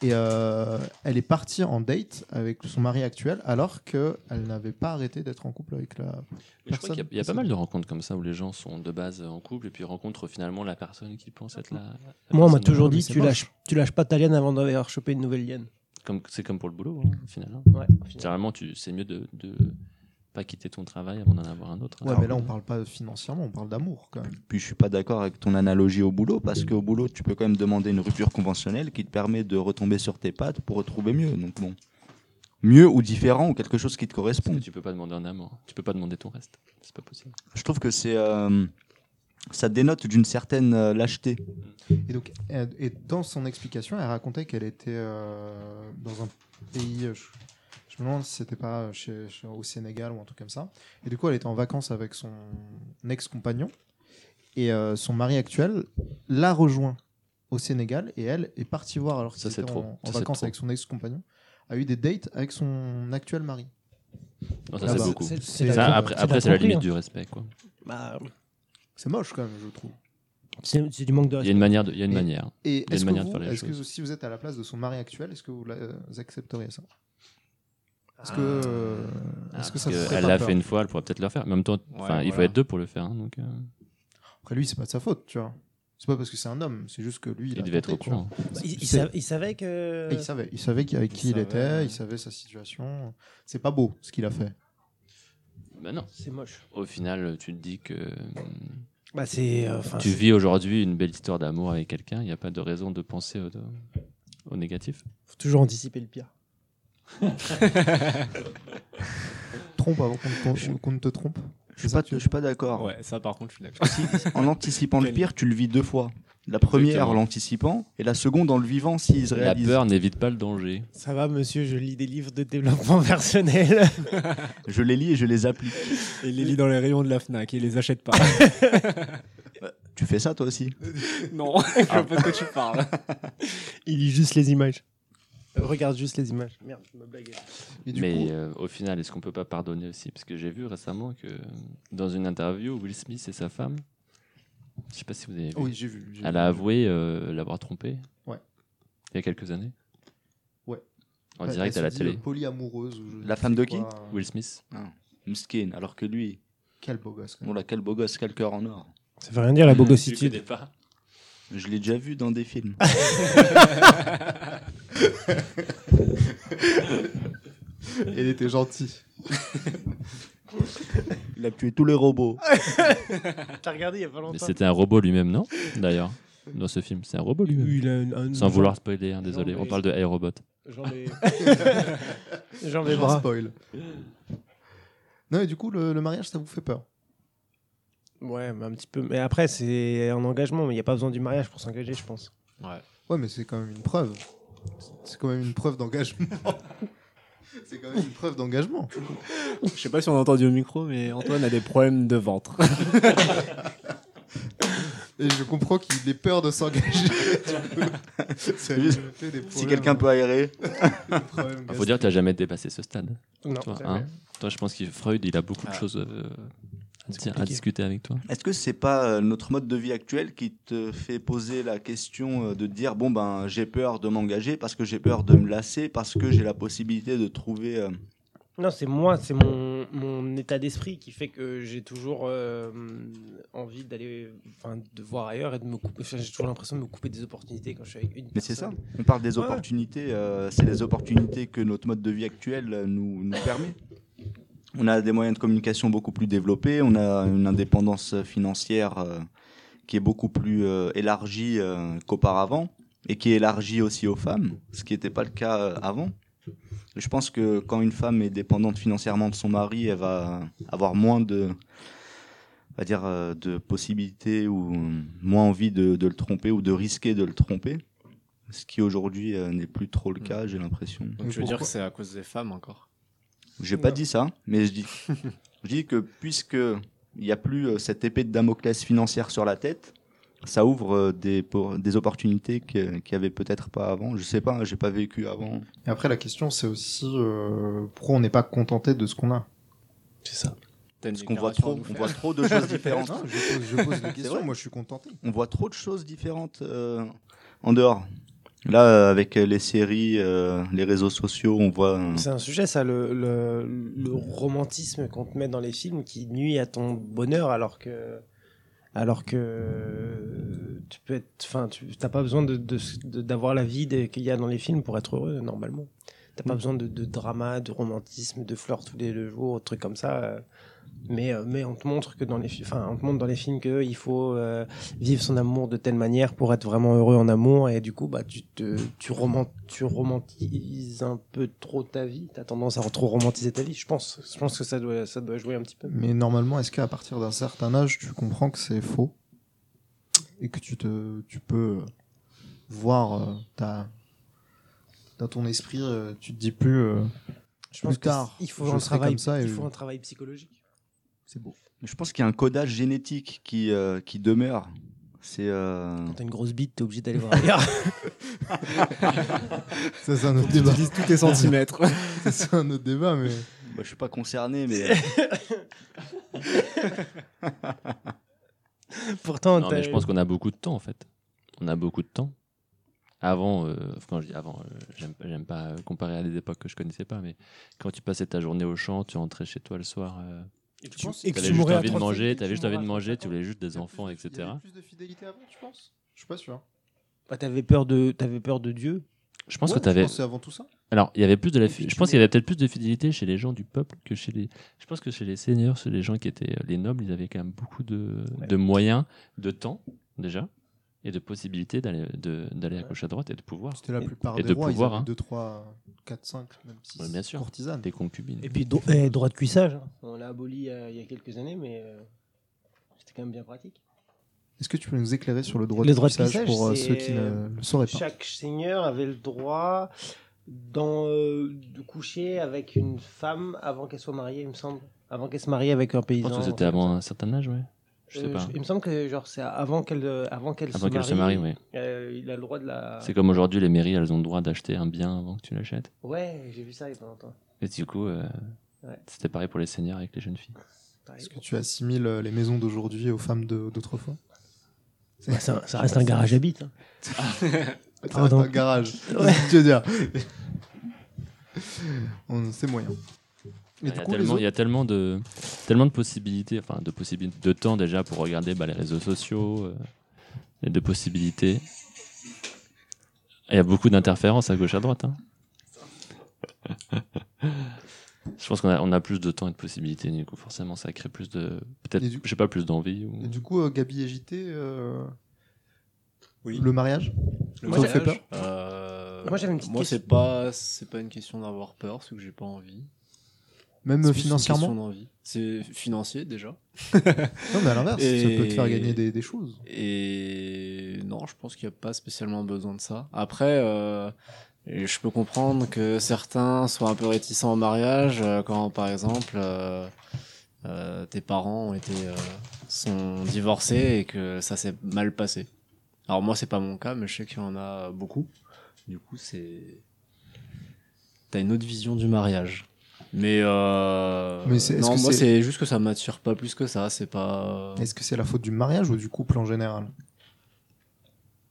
B: Et euh, elle est partie en date avec son mari actuel alors qu'elle n'avait pas arrêté d'être en couple avec la
C: Mais Je crois
B: Personne-
C: qu'il y a- il y a pas
B: personne.
C: mal de rencontres comme ça où les gens sont de base en couple et puis rencontrent finalement la personne qui pense être la. la
G: Moi, on m'a
C: personne.
G: toujours
C: Mais
G: dit
C: c'est
G: tu
C: moche.
G: lâches, tu lâches pas ta liane avant d'avoir chopé une nouvelle liane.
C: Comme- C'est comme pour le boulot,
E: Hmm.
C: hein, au final. hein.
G: Ouais.
C: Généralement, tu- c'est mieux de, de pas quitter ton travail avant d'en avoir un autre. hein.
B: Ouais,
C: Alors,
B: mais là, on parle pas financièrement, on parle d'amour quand même.
F: Puis je suis pas d'accord avec ton analogie au boulot parce qu'au boulot, tu peux quand même demander une rupture conventionnelle qui te permet de retomber sur tes pattes pour retrouver mieux. Donc bon, mieux ou différent ou quelque chose qui te
C: parce
F: correspond.
C: que tu peux pas demander un amant, tu peux pas demander ton reste, c'est pas possible.
F: Je trouve que c'est euh, ça dénote d'une certaine euh, lâcheté.
B: Et donc, elle- et dans son explication, elle racontait qu'elle était euh, dans un pays. euh, Je, je me demande si c'était pas chez- chez- au Sénégal ou un truc comme ça. Et du coup, elle était en vacances avec son ex-compagnon et euh, son mari actuel l'a rejoint au Sénégal et elle est partie voir alors
C: Ça,
B: qu'elle
C: c'est
B: était
C: trop.
B: en, en
C: Ça, c'est
B: vacances
C: trop.
B: avec son ex-compagnon a eu des dates avec son actuel mari.
C: Non, ça
B: Ah
C: c'est
B: bah,
C: beaucoup.
G: c'est- c'est
B: Ça,
G: la-
C: Ça, après,
G: c'est
C: après, c'est la
G: tromperie,
C: limite
G: hein.
C: du respect. Quoi.
G: Bah,
B: C'est moche quand même, je trouve.
G: c'est c'est du manque de
C: Il y a
G: respect.
C: une manière. De, il y a une
B: Et-
C: manière.
B: Et
C: Il y a
B: est-ce
C: une
B: que,
C: manière de
B: vous,
C: faire les
B: est-ce que
C: choses.
B: si vous êtes à la place de son mari actuel, est-ce que vous la- euh, accepteriez ça Est-ce que,
E: Ah.
B: euh,
C: Ah,
B: est-ce que
C: parce
B: ça vous
C: que
B: ferait
C: elle
B: pas
C: l'a
B: peur
C: fait une fois, elle pourra peut-être le refaire. Mais en même temps, enfin, il faut
E: voilà.
C: être deux pour le faire. hein, donc, euh,
B: Après lui, c'est pas de sa faute, tu vois. C'est pas parce que c'est un homme, c'est juste que lui, il,
C: il
B: a
C: devait être
B: tenté,
C: au
B: tu vois.
C: courant.
G: Bah, il, il
B: C'est-
G: sa- il savait que.
B: Et il savait, il savait qui- avec
E: Il
B: qui il,
E: savait,
B: était,
E: ouais.
B: il savait sa situation. C'est pas beau ce qu'il a fait.
C: Bah non.
G: C'est moche.
C: Au final, tu te dis que euh,
G: Bah, c'est. euh, enfin,
C: tu vis aujourd'hui une belle histoire d'amour avec quelqu'un. Il n'y a pas de raison de penser au, au négatif.
G: faut toujours anticiper le pire.
B: Trompe avant qu'on te, qu'on- qu'on ne te trompe.
F: Je suis pas, je suis pas d'accord.
E: Ouais, ça, par contre, je suis d'accord.
F: En anticipant le
E: Quel-
F: pire, tu le vis deux fois. La première
C: Exactement.
F: en l'anticipant et la seconde en le vivant s'ils se
C: La
F: réalisent.
C: peur n'évite pas le danger.
G: Ça va, monsieur, je lis des livres de développement personnel.
F: Je les lis et je les applique.
E: Et les lit dans les rayons de la Fnac et les achète pas.
F: Tu fais ça toi aussi
E: non, je vois pas de quoi tu parles.
G: Il lit juste les images. Euh, Regarde juste les images. Merde, je me blague.
B: Et du
C: Mais
B: coup,
C: euh, au final, est-ce qu'on peut pas pardonner aussi Parce que j'ai vu récemment que euh, dans une interview, Will Smith et sa femme, je sais pas si vous avez Oh vu,
B: oui, j'ai vu. j'ai
C: elle
B: vu.
C: a avoué euh, l'avoir trompé.
B: Ouais.
C: Il y a quelques années.
B: Ouais.
C: En
B: Elle-
C: direct
B: elle
C: à la
B: se dit, euh,
C: télé.
B: Polyamoureuse. ou je
F: La
B: ne
F: femme
B: sais
F: de qui
B: quoi.
C: Will Smith.
F: Mskin, alors que lui,
B: Quel beau gosse. quand même.
F: bon là, Bah, quel beau gosse, quel cœur en or.
G: Ça veut rien dire la
C: Tu
G: bogositude.
C: connais pas
F: Je l'ai déjà vu dans des films.
B: Elle était gentille.
F: Il a tué tous les robots.
G: T'as regardé il y a pas
C: Mais c'était un robot lui-même, non D'ailleurs, dans ce film, c'est un robot lui-même.
G: Il a un- un-
C: Sans vouloir spoiler, hein, désolé,
G: Non,
C: on
G: mais-
C: parle de iRobot.
G: J'en ai. J'en ai
B: Sans
G: bras.
B: spoil. Non, et du coup, le- le mariage, ça vous fait peur
G: Ouais, mais un petit peu. Mais après, c'est un engagement. Mais il n'y a pas besoin du mariage pour s'engager, je pense.
B: Ouais, mais c'est quand même une preuve. C'est quand même une preuve d'engagement. c'est quand même une preuve d'engagement.
E: Je sais pas si on a entendu au micro, mais Antoine a des problèmes de ventre.
B: Et je comprends qu'il ait peur de s'engager. Ça lui fait des
F: Si
B: problèmes,
F: quelqu'un Ah, peut aérer.
B: des problèmes
C: Il faut dire, tu n'as jamais dépassé ce stade.
G: Non.
C: Toi, hein. toi, je pense que Freud, il a beaucoup de
E: Ah.
C: choses euh, à, dire- à
G: compliqué.
C: discuter avec toi.
F: Est-ce que c'est pas euh, notre mode de vie actuel qui te fait poser la question euh, de te dire bon ben j'ai peur de m'engager parce que j'ai peur de me lasser parce que j'ai la possibilité de trouver euh,
G: Non, c'est moi, c'est mon, mon état d'esprit qui fait que j'ai toujours euh, envie d'aller, enfin, de voir ailleurs et de me couper. enfin, j'ai toujours l'impression de me couper des opportunités quand je suis avec une
F: Mais c'est ça.
G: personne.
F: On parle des
G: Ouais.
F: opportunités. euh, c'est les opportunités que notre mode de vie actuel euh, nous, nous permet. On a des moyens de communication beaucoup plus développés, on a une indépendance financière euh, qui est beaucoup plus euh, élargie euh, qu'auparavant et qui est élargie aussi aux femmes, ce qui n'était pas le cas euh, avant. Je pense que quand une femme est dépendante financièrement de son mari, elle va avoir moins de, on va dire, euh, de possibilités ou euh, moins envie de, de le tromper ou de risquer de le tromper, ce qui aujourd'hui euh, n'est plus trop le cas, j'ai l'impression.
E: Donc, je veux dire que c'est à cause des femmes encore.
F: J'ai pas dit ça, mais je dis, je dis que puisque il n'y a plus euh, cette épée de Damoclès financière sur la tête, ça ouvre euh, des, por- des opportunités que- qu'il n'y avait peut-être pas avant. Je sais pas, hein, j'ai pas vécu avant.
B: Et après, la question, c'est aussi euh, pourquoi on n'est pas contenté de ce qu'on a
D: C'est ça.
E: T'as une
F: Parce qu'on voit
E: déclaration à
F: trop,
E: nous
F: on
E: faire.
F: voit trop de choses différentes.
B: Non, je pose, je pose la question,
F: vrai.
B: moi je suis contenté.
F: On voit trop de choses différentes euh, en dehors. Là, euh, avec les séries, euh, les réseaux sociaux, on voit. euh,
D: C'est un sujet, ça, le, le- le romantisme qu'on te met dans les films qui nuit à ton bonheur alors que. Alors que euh, tu peux être, enfin, tu t'as pas besoin de- de- de- d'avoir la vie des- qu'il y a dans les films pour être heureux normalement. T'as pas besoin de, de drama, de romantisme, de fleurs tous les deux jours, de trucs comme ça. euh. Mais euh, mais on te montre que dans les, fi- enfin, on te montre dans les films que il faut euh, vivre son amour de telle manière pour être vraiment heureux en amour et du coup bah tu te tu roman- tu romantises un peu trop ta vie t'as tendance à trop romantiser ta vie je pense je pense que ça doit ça doit jouer un petit peu
B: Mais normalement, est-ce qu'à partir d'un certain âge, tu comprends que c'est faux et que tu te, tu peux euh, voir euh, ta, dans ton esprit, euh, tu te dis plus, euh,
D: je pense
B: Plus tard,
D: que il faut
B: je
D: un
B: serai
D: travail
B: comme ça et-
D: il faut un travail psychologique
B: c'est beau.
F: Je pense qu'il y a un codage génétique qui, euh, qui demeure. C'est. euh,
D: quand t'as une grosse bite t'es obligé d'aller voir ailleurs
B: Ça, c'est un autre débat. tous tes
E: centimètres.
B: Ça, c'est un autre débat, mais
F: Bah, je suis pas concerné, mais.
D: pourtant
C: Non, mais je pense qu'on a beaucoup de temps en fait. On a beaucoup de temps. Avant, euh, quand je dis avant, euh, j'aime- j'aime pas euh, comparer à des époques que je connaissais pas, mais quand tu passais ta journée au champ, tu rentrais chez toi le soir, euh,
D: et tu,
B: penses-
D: et que
C: t'avais
D: tu
C: juste
D: mourrais à
C: envie de
D: trente-
C: manger, t'avais
B: tu
C: juste envie de
B: mourras à
C: manger,
B: 30,
C: tu voulais juste des enfants,
B: Il y
C: etc.
B: avait plus de fidélité avant, tu penses Je suis pas sûr.
D: bah, t'avais peur de t'avais peur de Dieu
C: Je pense
B: Ouais,
C: que t'avais.
B: que c'est avant tout ça.
C: Alors, il y avait plus de la. fi-
B: puis
C: Je
B: tu
C: pense qu'il y avait peut-être plus de fidélité chez les gens du peuple que chez les. Je pense que chez les seigneurs, chez les gens qui étaient euh, les nobles, ils avaient quand même beaucoup de, de moyens, de temps déjà, et de possibilités d'aller de- d'aller à gauche à droite et de pouvoir.
B: C'était la plupart
C: et
B: des
C: de
B: rois,
C: pouvoir,
B: ils
C: hein.
B: avaient 2, 3, 4, 5, même 6
C: Ouais, bien sûr.
B: courtisanes.
C: Des concubines.
D: et puis do- eh, droit de cuissage hein. on l'a aboli euh, il y a quelques années mais euh, c'était quand même bien pratique
B: Est-ce que tu peux nous éclairer sur le droit
D: Le
B: de
D: droit de
B: cuissage
D: cuissage,
B: pour euh,
D: c'est-
B: ceux qui ne le sauraient pas
D: Chaque seigneur avait le droit d'en, euh, de coucher avec une femme avant qu'elle soit mariée, il me semble. Avant qu'elle se marie avec un
C: Je
D: paysan.
C: pense que c'était avant un certain âge, ouais. Je sais
D: Euh,
C: pas.
D: je- Il me semble que genre c'est avant qu'elle euh, avant qu'elle
C: Avant
D: se,
C: qu'elle se
D: marie,
C: marie, oui. Ah.
D: euh, il a le droit de la.
C: C'est comme aujourd'hui, les mairies, elles ont le droit d'acheter un bien avant que tu l'achètes.
D: Ouais, j'ai vu ça il y a pas longtemps.
C: Et du coup, euh,
D: Ouais.
C: c'était pareil pour les seigneurs avec les jeunes filles.
B: Est-ce que tu assimiles euh, les maisons d'aujourd'hui aux femmes de- d'autrefois
D: Bah, ça, ça reste un garage à bite. hein.
B: Ça reste
D: Pardon.
B: un garage.
D: Ouais.
B: C'est ce que tu veux dire. On- C'est moyen. Et
C: Il
B: du
C: y, a
B: coup, les
C: tellement, il
B: autres-
C: y a tellement de, tellement de possibilités, enfin de possibilités, de temps déjà pour regarder bah, les réseaux sociaux euh, et de possibilités. Il y a beaucoup d'interférences à gauche à droite. hein. Je pense qu'on a, on a plus de temps et de possibilités, du coup forcément ça crée plus de, peut-être,
B: Et du-
C: je sais pas, plus d'envie. Ou...
B: Et du coup, euh, Gabi et JT, euh,
E: Oui.
B: le mariage
E: Le
D: Moi,
E: mariage,
B: ça fait
E: euh,
D: Moi, j'avais une petite
E: Moi,
D: question.
E: c'est pas, c'est pas une question d'avoir peur, c'est que j'ai pas envie.
B: Même
E: C'est
B: euh,
E: plus une
B: financièrement
E: question d'envie. C'est financier déjà.
B: Non, mais à l'inverse, ça
E: Et-
B: peut te faire gagner des, des choses.
E: Et non, je pense qu'il n'y a pas spécialement besoin de ça. Après, euh, et je peux comprendre que certains soient un peu réticents au mariage euh, quand, par exemple, euh, euh, tes parents ont été, euh, sont divorcés et que ça s'est mal passé. Alors moi, c'est pas mon cas, mais je sais qu'il y en a beaucoup. Du coup, c'est t'as une autre vision du mariage. Mais, euh,
B: Mais c'est- est-ce
E: non,
B: que
E: moi
B: c'est-
E: c'est juste que ça m'attire pas plus que ça. C'est pas.
B: Est-ce que c'est la faute du mariage ou du couple en général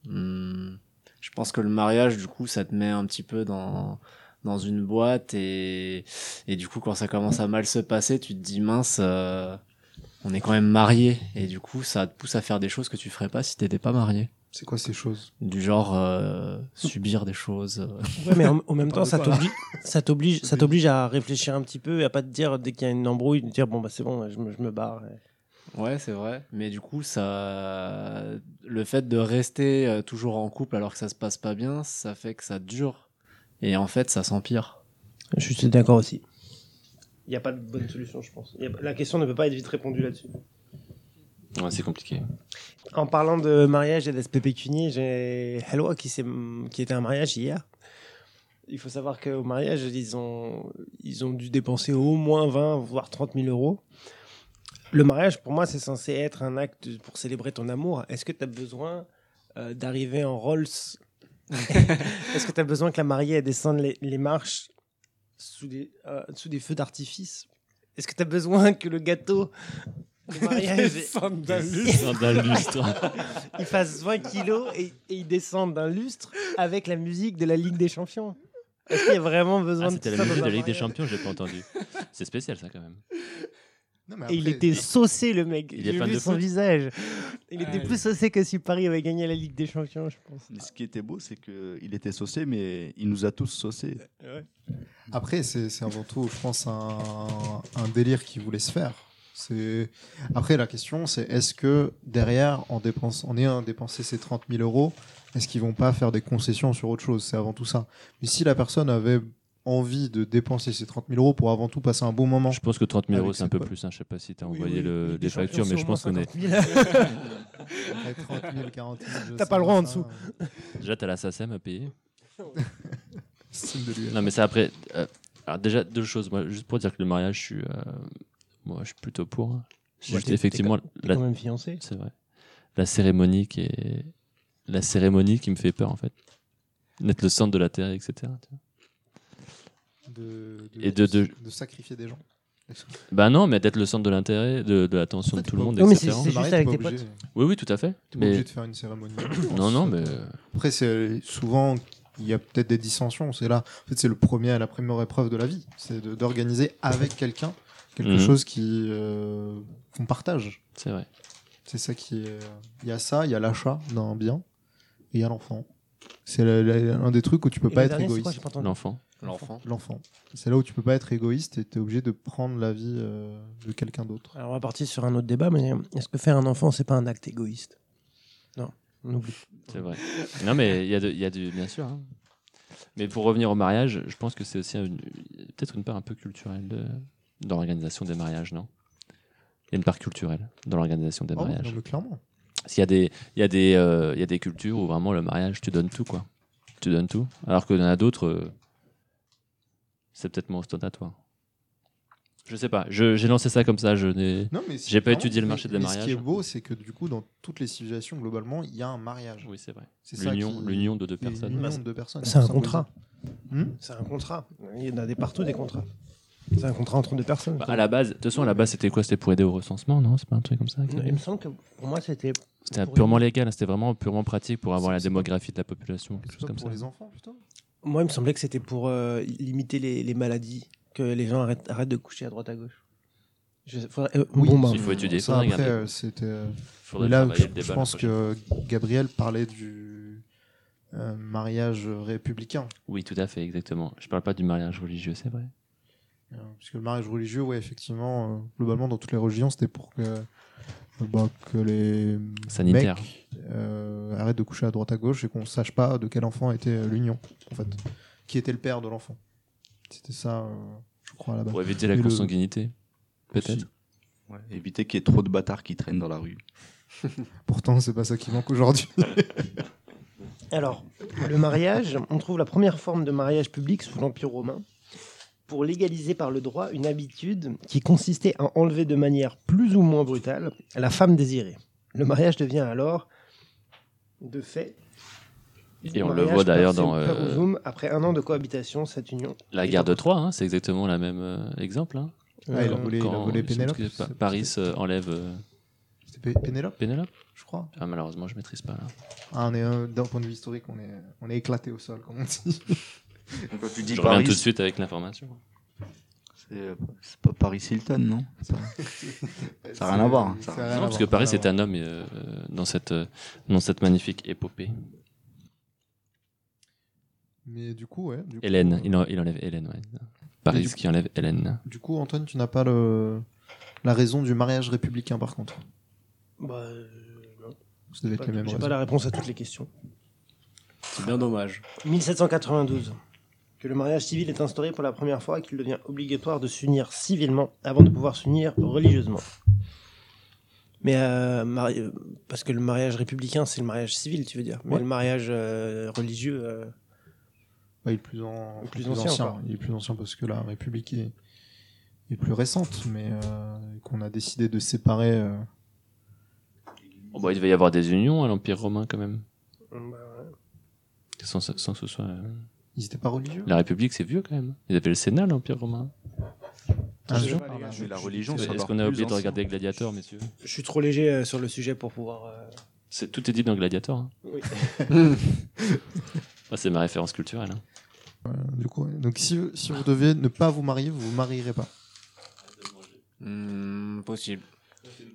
E: Hmm. Je pense que le mariage, du coup, ça te met un petit peu dans, dans une boîte et, et du coup, quand ça commence à mal se passer, tu te dis mince, euh, on est quand même marié et du coup, ça te pousse à faire des choses que tu ferais pas si t'étais pas marié.
B: C'est quoi ces choses
E: Du genre euh, subir des choses. euh.
D: Ouais, mais en, en même temps,
B: parle
D: ça
B: de quoi, là
D: t'oblige, ça t'oblige, ça t'oblige à réfléchir un petit peu et à pas te dire dès qu'il y a une embrouille, de dire bon bah c'est bon, je me, je me barre.
E: Ouais, c'est vrai. Mais du coup, ça, le fait de rester euh, toujours en couple alors que ça se passe pas bien, ça fait que ça dure. Et en fait, ça s'empire.
D: Je suis d'accord aussi. Il n'y a pas de bonne solution, je pense. Y a- La question ne peut pas être vite répondue là-dessus.
C: Ouais, c'est compliqué.
D: En parlant de mariage et d'aspect pécunier, j'ai Helwa qui, s'est- qui était un mariage hier. Il faut savoir qu'au mariage, ils ont, ils ont dû dépenser au moins 20, voire 30 000 euros. Le mariage, pour moi, c'est censé être un acte pour célébrer ton amour. Est-ce que tu as besoin euh, d'arriver en Rolls Est-ce que tu as besoin que la mariée elle descende les, les marches sous des, euh, sous des feux d'artifice Est-ce que tu as besoin que le gâteau de mariage
C: Scandale lustre.
D: il fasse 20 kilos et, et il descende d'un lustre avec la musique de la Ligue des Champions. Est-ce qu'il y a vraiment besoin
C: Ah,
D: de
C: c'était
D: ça
C: la
D: dans
C: musique
D: un
C: de la Ligue des
D: mariage
C: Champions, j'ai pas entendu. C'est spécial ça quand même.
B: Non, mais
D: Et il
B: après-
D: était saucé, le mec.
C: Il est
D: J'ai
C: fan
D: vu
C: de
D: son
C: foot.
D: visage. Il était
E: Ouais.
D: plus saucé que si Paris avait gagné la Ligue des Champions, je pense.
F: Mais ce qui était beau, c'est qu'il était saucé, mais il nous a tous saucés.
B: Après, c'est c'est avant tout, je pense, un, un délire qui voulait se faire. C'est- Après, la question, c'est est-ce que derrière, en, dépense, en ayant dépensé ces 30 000 euros, est-ce qu'ils vont pas faire des concessions sur autre chose C'est avant tout ça. Mais si la personne avait envie de dépenser ces 30 000 euros pour avant tout passer un bon moment,
C: Je pense que 30 000
B: Avec
C: euros c'est un
B: ses
C: peu
B: potes.
C: plus. hein. Je sais pas si t'as
B: Oui,
C: envoyé
B: oui,
C: le-
B: Ligue
C: les
B: des Champions,
C: factures, mais je pense qu'on est.
B: Ouais, 30 000, 40 000,
D: T'as pas le droit en
B: ça,
D: dessous.
C: Déjà t'as la SACEM à payer.
B: c'est de lui.
C: Non, mais ça après. euh, alors déjà deux choses. Moi, juste pour dire que le mariage, je suis, euh, moi, je suis plutôt pour. hein. C'est
D: Ouais,
C: juste
D: t'es-
C: effectivement, la,
D: quand même fiancé.
C: c'est vrai. La cérémonie qui est la cérémonie qui me fait peur en fait. D'être le centre de la terre, etc. tu vois.
B: De,
C: Et de- de-
B: sacrifier des gens.
C: Bah non, mais d'être le centre de l'intérêt, de, de l'attention
B: En fait,
C: de tout
B: t'es
C: le
B: pas
C: monde,
D: obligé. Non, mais
C: etc.
D: C'est
B: Le mariage,
D: juste avec
B: t'es
D: tes
B: pas obligé.
C: Oui, oui, tout à fait.
B: T'es pas
C: Mais
B: obligé de faire une cérémonie.
C: non, non, mais
B: Après, c'est souvent il y a peut-être des dissensions. C'est là, en fait, c'est le premier, la première épreuve de la vie, c'est de- d'organiser avec quelqu'un quelque
C: Mhm.
B: chose qui euh, qu'on partage.
C: c'est vrai.
B: C'est ça qui est. Il y a ça, il y a l'achat d'un bien et il y a l'enfant. C'est la- la- un des trucs où tu peux
D: Et
B: pas
D: le
B: être
D: dernier, c'est quoi,
B: égoïste.
D: j'ai pas entendu.
C: L'enfant.
E: L'enfant.
B: L'enfant. C'est là où tu peux pas être égoïste et t'es obligé de prendre la vie euh, de quelqu'un d'autre.
D: Alors on va partir sur un autre débat, mais euh, est-ce que faire un enfant, c'est pas un acte égoïste Non, on oublie.
C: C'est vrai. Non, mais il y a de- il y a du, bien sûr. hein. Mais pour revenir au mariage, je pense que c'est aussi une- peut-être une part un peu culturelle de, dans l'organisation des mariages, non Il y a une part culturelle dans l'organisation des
B: Ah ouais,
C: mariages.
B: non, mais clairement.
C: S'il y a des, il y a des, euh, il y a des cultures où vraiment le mariage, tu donnes tout, quoi. Tu donnes tout. Alors qu'il y en a d'autres, euh, c'est peut-être moins ostentatoire. Je sais pas. Je- J'ai lancé ça comme ça. Je n'ai.
B: Non, mais c'est-
C: J'ai pas
B: vraiment,
C: étudié le
B: mais-
C: marché des
B: mais Ce qui
C: mariages.
B: est beau, c'est que du coup, dans toutes les civilisations, globalement, il y a un mariage.
C: Oui, c'est vrai.
B: C'est ça
C: L'union,
B: qui-
C: l'union de deux
B: Et
C: personnes.
B: l'union de personnes.
D: C'est un
B: symbolise-
D: contrat.
B: Hmm
D: C'est un contrat. Il y en a des partout des contrats. C'est un contrat entre deux personnes.
C: Bah, à la base, de toute façon, à la base, c'était quoi C'était pour aider au recensement, non C'est pas un truc comme ça qui-
D: Il me semble que pour moi, c'était
C: C'était
D: pour
C: purement légal, hein, c'était vraiment purement pratique pour avoir
B: C'est-
C: la
B: c'est-
C: démographie de la population, quelque
B: C'est
C: chose
B: pas
C: comme ça.
B: pour les enfants, plutôt
D: Moi, il me semblait que c'était pour euh, limiter les, les maladies, que les gens arrêtent, arrêtent de coucher à droite à gauche. Je- faudrait- euh,
B: Oui,
D: bon, bah,
C: Il faut étudier,
B: Ça,
C: faudrait
B: après,
C: regarder.
B: euh, c'était. euh,
C: Faudrait
B: là,
C: travailler
B: je,
C: le débat
B: je
C: la
B: pense
C: prochaine
B: que Gabriel parlait du euh, mariage républicain.
C: fois. Oui, tout à fait, exactement. Je parle pas du mariage religieux, c'est vrai.
B: Euh, Puisque le mariage religieux, ouais, effectivement, euh, globalement, dans toutes les religions, c'était pour que, euh, bah, que les
C: Sanitaire.
B: mecs euh, arrêtent de coucher à droite à gauche et qu'on ne sache pas de quel enfant était euh, l'union, en fait. Qui était le père de l'enfant. C'était ça, euh, je crois, à la base.
C: Pour éviter la
B: Et le-
C: consanguinité, peut-être.
F: Ouais, éviter qu'il y ait trop de bâtards qui traînent dans la rue.
B: Pourtant, c'est pas ça qui manque aujourd'hui.
C: bah,
D: Alors, le mariage, on trouve la première forme de mariage public sous l'Empire romain pour légaliser par le droit une habitude qui consistait à enlever de manière plus ou moins brutale la femme désirée. Le mariage devient alors, de fait,
C: Et on
D: mariage
C: le voit d'ailleurs
D: par
C: dans euh,
D: Ceruzoum. après un an de cohabitation, cette union.
C: la guerre de Troie, hein, c'est exactement le même euh, exemple. hein.
B: Ah, il a
D: Euh,
B: volé, il a
C: Quand,
B: volé
C: il me semble
B: Pénélope.
C: que Pa-
B: c'est-
C: Paris euh, enlève euh,
B: C'était Pé- Pénélope,
C: Pénélope
B: je crois.
C: ah, Malheureusement, je maîtrise pas. là.
B: Ah, on est euh, d'un point de vue historique, on est, on est éclaté au sol, comme on dit.
F: Quand tu dis
C: Je reviens tout de suite avec l'information.
F: C'est c'est pas Paris Hilton, non Ça a rien à voir, ça.
B: Ça a rien
C: Non,
B: à
C: parce
B: voir,
C: que Paris,
B: ça a
C: c'est
B: rien à
C: un homme euh, euh, dans, cette, euh, dans cette magnifique épopée.
B: voir. Mais du coup, ouais. Du coup,
C: Hélène, il, en- il enlève Hélène, ouais. Paris
B: du coup-
C: qui enlève Hélène.
B: Du coup, Antoine, tu n'as pas le... la raison du mariage républicain, par contre.
D: Bah, euh, non.
B: Ça devait
D: Pas-
B: être les mêmes
D: J'ai
B: raisons.
D: pas la réponse à toutes les questions.
E: C'est bien dommage.
D: 1792. Que le mariage civil est instauré pour la première fois et qu'il devient obligatoire de s'unir civilement avant de pouvoir s'unir religieusement. Mais euh, mari- euh, parce que le mariage républicain, c'est le mariage civil, tu veux dire. Mais
B: Ouais.
D: le mariage euh, religieux, euh,
B: Ouais, il est plus, en-
D: Plus ancien, quoi.
B: Il est plus ancien parce que la République est, est plus récente, mais euh, qu'on a décidé de séparer. euh,
C: Oh, bah, il devait y avoir des unions à l'Empire romain quand même.
D: bah, ouais.
C: Sans, sans que ce soit. euh,
B: Ils n'étaient pas religieux
C: La République, c'est vieux quand même. Ils appellent le Sénat l'Empire romain.
B: Ah, je-
F: Mais la religion, c'est
C: Est-ce
F: encore
C: qu'on a
F: plus
C: oublié de
F: ancien.
C: regarder Gladiator, messieurs
D: je suis trop léger euh, sur le sujet pour pouvoir. euh,
C: C'est- Tout est dit dans Gladiator. hein.
D: Oui.
C: Ah, c'est ma référence culturelle. hein.
B: euh, Du coup, ouais. Donc, si, si vous deviez ne pas vous marier, vous vous marierez pas.
E: Hmm, possible.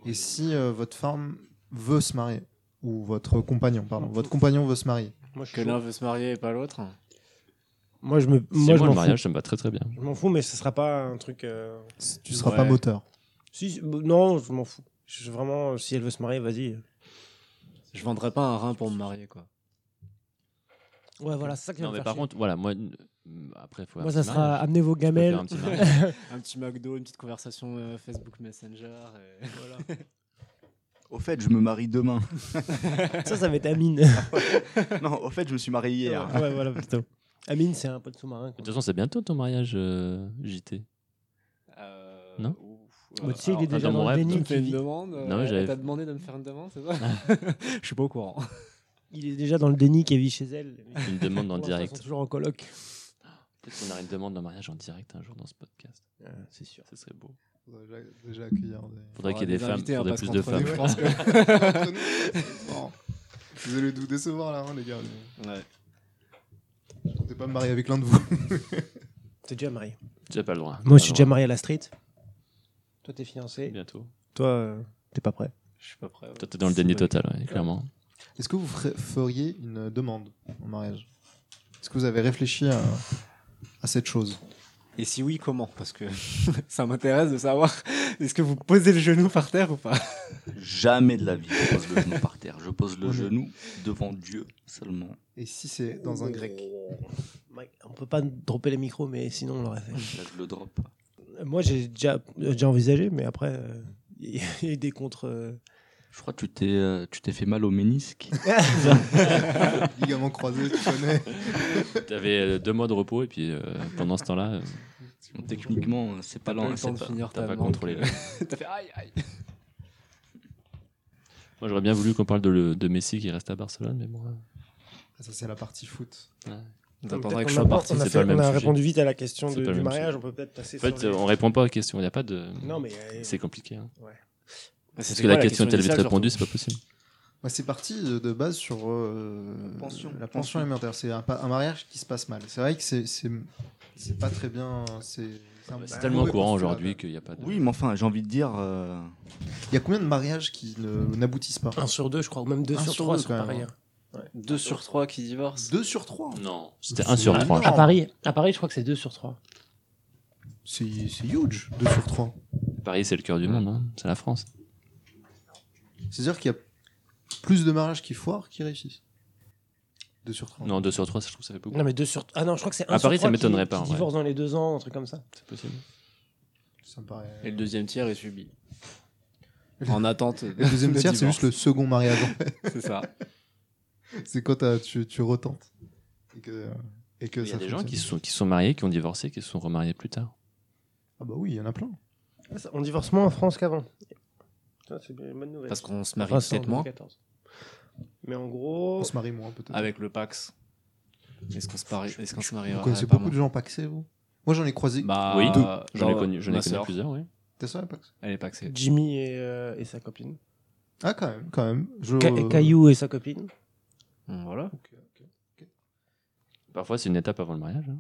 B: Et si euh, votre femme veut se marier, ou votre compagnon, pardon, votre compagnon veut se marier,
D: Moi, je
E: Que
D: suis chaud.
E: l'un veut se marier et pas l'autre.
D: Moi, je me.
C: Si moi,
D: moi, je
C: le
D: m'en fous.
C: mariage, ça me va très très bien.
D: Je m'en fous, mais ce sera pas un truc. euh,
B: tu ne seras
E: Ouais.
B: pas moteur.
D: Si, si, euh, non, je m'en fous. Je- vraiment, si elle veut se marier, vas-y.
E: Je vendrais pas un rein pour me marier, quoi.
H: Ouais, voilà, c'est ça que je
C: Non,
H: vais
C: mais
H: faire
C: par
H: chier.
C: contre, voilà, moi, euh, après, faut un
H: Moi, ça
C: petit
H: sera
C: mariage.
H: amener vos
C: Je peux faire
H: gamelles.
C: un petit mariage.
E: Un petit McDo, une petite conversation euh, Facebook Messenger. et voilà.
F: Au fait, je me marie demain.
H: ça, ça va être Amine.
F: non, au fait, je me suis marié hier.
D: Ouais, voilà, plutôt. Amine, c'est un pote sous-marin.
C: De
D: quoi.
C: toute façon, c'est bientôt ton mariage, euh, JT.
E: Euh,
C: Non
E: ouf.
H: Bah, tu sais, il
E: Alors,
H: est déjà
C: dans mon
H: dans le
C: rêve,
H: déni.
E: Tu me fais
H: qui
E: une
H: vit-
E: demande
C: Non, mais
E: euh,
C: j'avais-
E: T'as demandé de me faire une demande, c'est ça Je suis pas au courant.
D: Il est déjà dans le déni qu'elle vit chez elle.
C: Une demande en
H: Pour l'instant,
C: direct.
H: Ils sont toujours en coloc.
C: Peut-être qu'on aurait une demande en mariage en direct un jour dans ce podcast.
D: Ah, c'est sûr.
C: Ça serait beau.
B: Déjà, déjà accueillir des...
C: Faudrait
E: Faudra
C: qu'il y ait des
E: des
C: femmes,
E: invités, hein,
C: faudrait
E: parce
C: plus de
E: qu'entre nous,
C: femmes.
E: ouais.
C: je
B: Je
C: pense.
B: pense que entre nous, bon, vous allez vous décevoir là, hein, les gars. mais
E: Ouais.
B: Je comptais pas me marier avec l'un de vous.
D: T'es déjà marié.
C: J'ai pas le droit.
D: Moi, je
C: Pas
D: suis
C: le
D: déjà
C: droit.
D: marié à la street. Toi, t'es fiancé.
C: Bientôt.
D: Toi, euh, t'es pas prêt.
E: Je suis pas prêt. ouais.
C: Toi, t'es dans le déni
E: C'est pas-
C: total, ouais, clairement.
B: Est-ce que vous ferez- feriez une demande en mariage Est-ce que vous avez réfléchi à, à cette chose
E: Et si oui, comment Parce que ça m'intéresse de savoir est-ce que vous posez le genou par terre ou pas
F: Jamais de la vie, je pose le genou par terre. Je pose le
B: Ouais.
F: genou devant Dieu seulement.
B: Et si c'est dans un grec
D: Euh, Mike, On peut pas dropper les micros, mais sinon, on l'aurait fait.
F: Là, je le drop.
D: Moi, j'ai déjà, euh, déjà envisagé, mais après, euh, il y a eu des contre. euh,
F: Je crois que tu t'es, euh, tu t'es fait mal au ménisque.
B: Ligament croisé, tu connais
C: T'avais euh, deux mois de repos et puis euh, pendant ce temps-là, euh,
F: Donc, Techniquement, c'est pas
E: T'as pas eu
F: lent.
E: le temps
F: c'est
E: de
F: pas-
E: finir
C: t'as
E: ta
C: pas
E: manque.
C: contrôlé. Moi,
E: T'as fait aïe aïe.
C: j'aurais bien voulu qu'on parle de, le- de Messi qui reste à Barcelone, mais bon. euh,
B: Ah, Ça, c'est la partie foot.
E: T'attendrais
D: peut-être
E: que je
D: qu'on
E: sois
D: a-
E: parti.
D: On a,
C: c'est
D: fait-
C: pas le même
D: on a
C: sujet.
D: répondu vite à la question
C: C'est
D: de-
C: pas le
D: du
C: même
D: mariage.
C: sujet.
D: On peut peut-être passer
C: En fait,
D: sur.
C: euh,
D: les-
C: on répond pas aux questions. Il n'y a pas de.
D: Non, mais. euh,
C: C'est compliqué. hein.
E: Parce
C: Parce que la question est telle vite répondue, c'est pas possible.
B: Ouais, c'est parti euh, de base sur euh,
F: La pension.
B: la pension alimentaire. C'est un, pa- un mariage qui se passe mal. C'est vrai que c'est- c'est c'est pas très bien. C'est c'est un-
C: C'est
B: un
C: tellement
B: mauvais
C: courant
B: postulat.
C: aujourd'hui qu'il n'y a pas de.
F: Oui, mais enfin, j'ai envie de dire. euh,
B: Il y a combien de mariages qui ne- n'aboutissent pas
D: Un sur deux, je crois, ou même deux
B: Un
D: sur
B: sur
D: trois
B: deux,
D: sur
B: quand même,
D: Paris.
B: hein.
D: hein.
E: 2 sur 3 qui divorcent.
B: Deux sur trois.
C: Non, c'était 1 sur
B: Ah,
C: 3.
B: non.
H: À Paris, à Paris, je crois que c'est 2 sur 3.
B: C'est c'est huge, 2 sur 3.
C: Paris, c'est le cœur du monde, hein. c'est la France.
B: C'est-à-dire qu'il y a plus de mariages qui foirent qui réussissent. 2 sur 3.
C: Non, 2 sur 3, je trouve que ça fait beaucoup.
D: Non, mais deux sur. Ah non, je crois que c'est un
C: À
D: sur
C: Paris, ça
D: trois qui-
C: m'étonnerait pas,
D: qui
C: en vrai.
D: divorce dans les deux ans, un truc comme ça.
C: C'est possible.
B: Ça me paraît...
E: Et le deuxième tiers est subi. En attente.
B: Le deuxième tiers, c'est juste le second mariage. en fait.
E: C'est ça.
B: c'est quand t'as- tu, tu retentes. Et que, et que
C: Il y a
B: ça
C: des gens
B: fonctionne.
C: qui se sont, qui se sont mariés, qui ont divorcé, qui se sont remariés plus tard.
B: Ah bah oui, il y en a plein.
D: On divorce moins en France qu'avant. Ça, c'est une bonne nouvelle.
E: Parce qu'on se marie
D: Enfin, c'est en
E: peut-être moins
D: 2014. Mais en gros,
B: On se marie moins, peut-être.
E: avec le Pax. Est-ce qu'on se, marie Est-ce qu'on se mariera
B: Vous connaissez
E: Ah, pas
B: beaucoup de gens paxés, vous Moi, j'en ai croisé...
D: Ah,
E: Bah,
C: Oui,
E: euh,
C: J'en ai
E: genre,
C: connu, j'en ai
E: ma
C: connu
E: sœur,
C: plusieurs, oui.
B: T'as ça, la pax
E: Elle est paxée.
D: Jimmy et, euh, et sa copine. Euh,
B: Ah, quand même, quand même. Je...
D: Ca- Caillou et sa copine.
E: Hum, Voilà.
C: Parfois, c'est une étape avant le mariage. hein.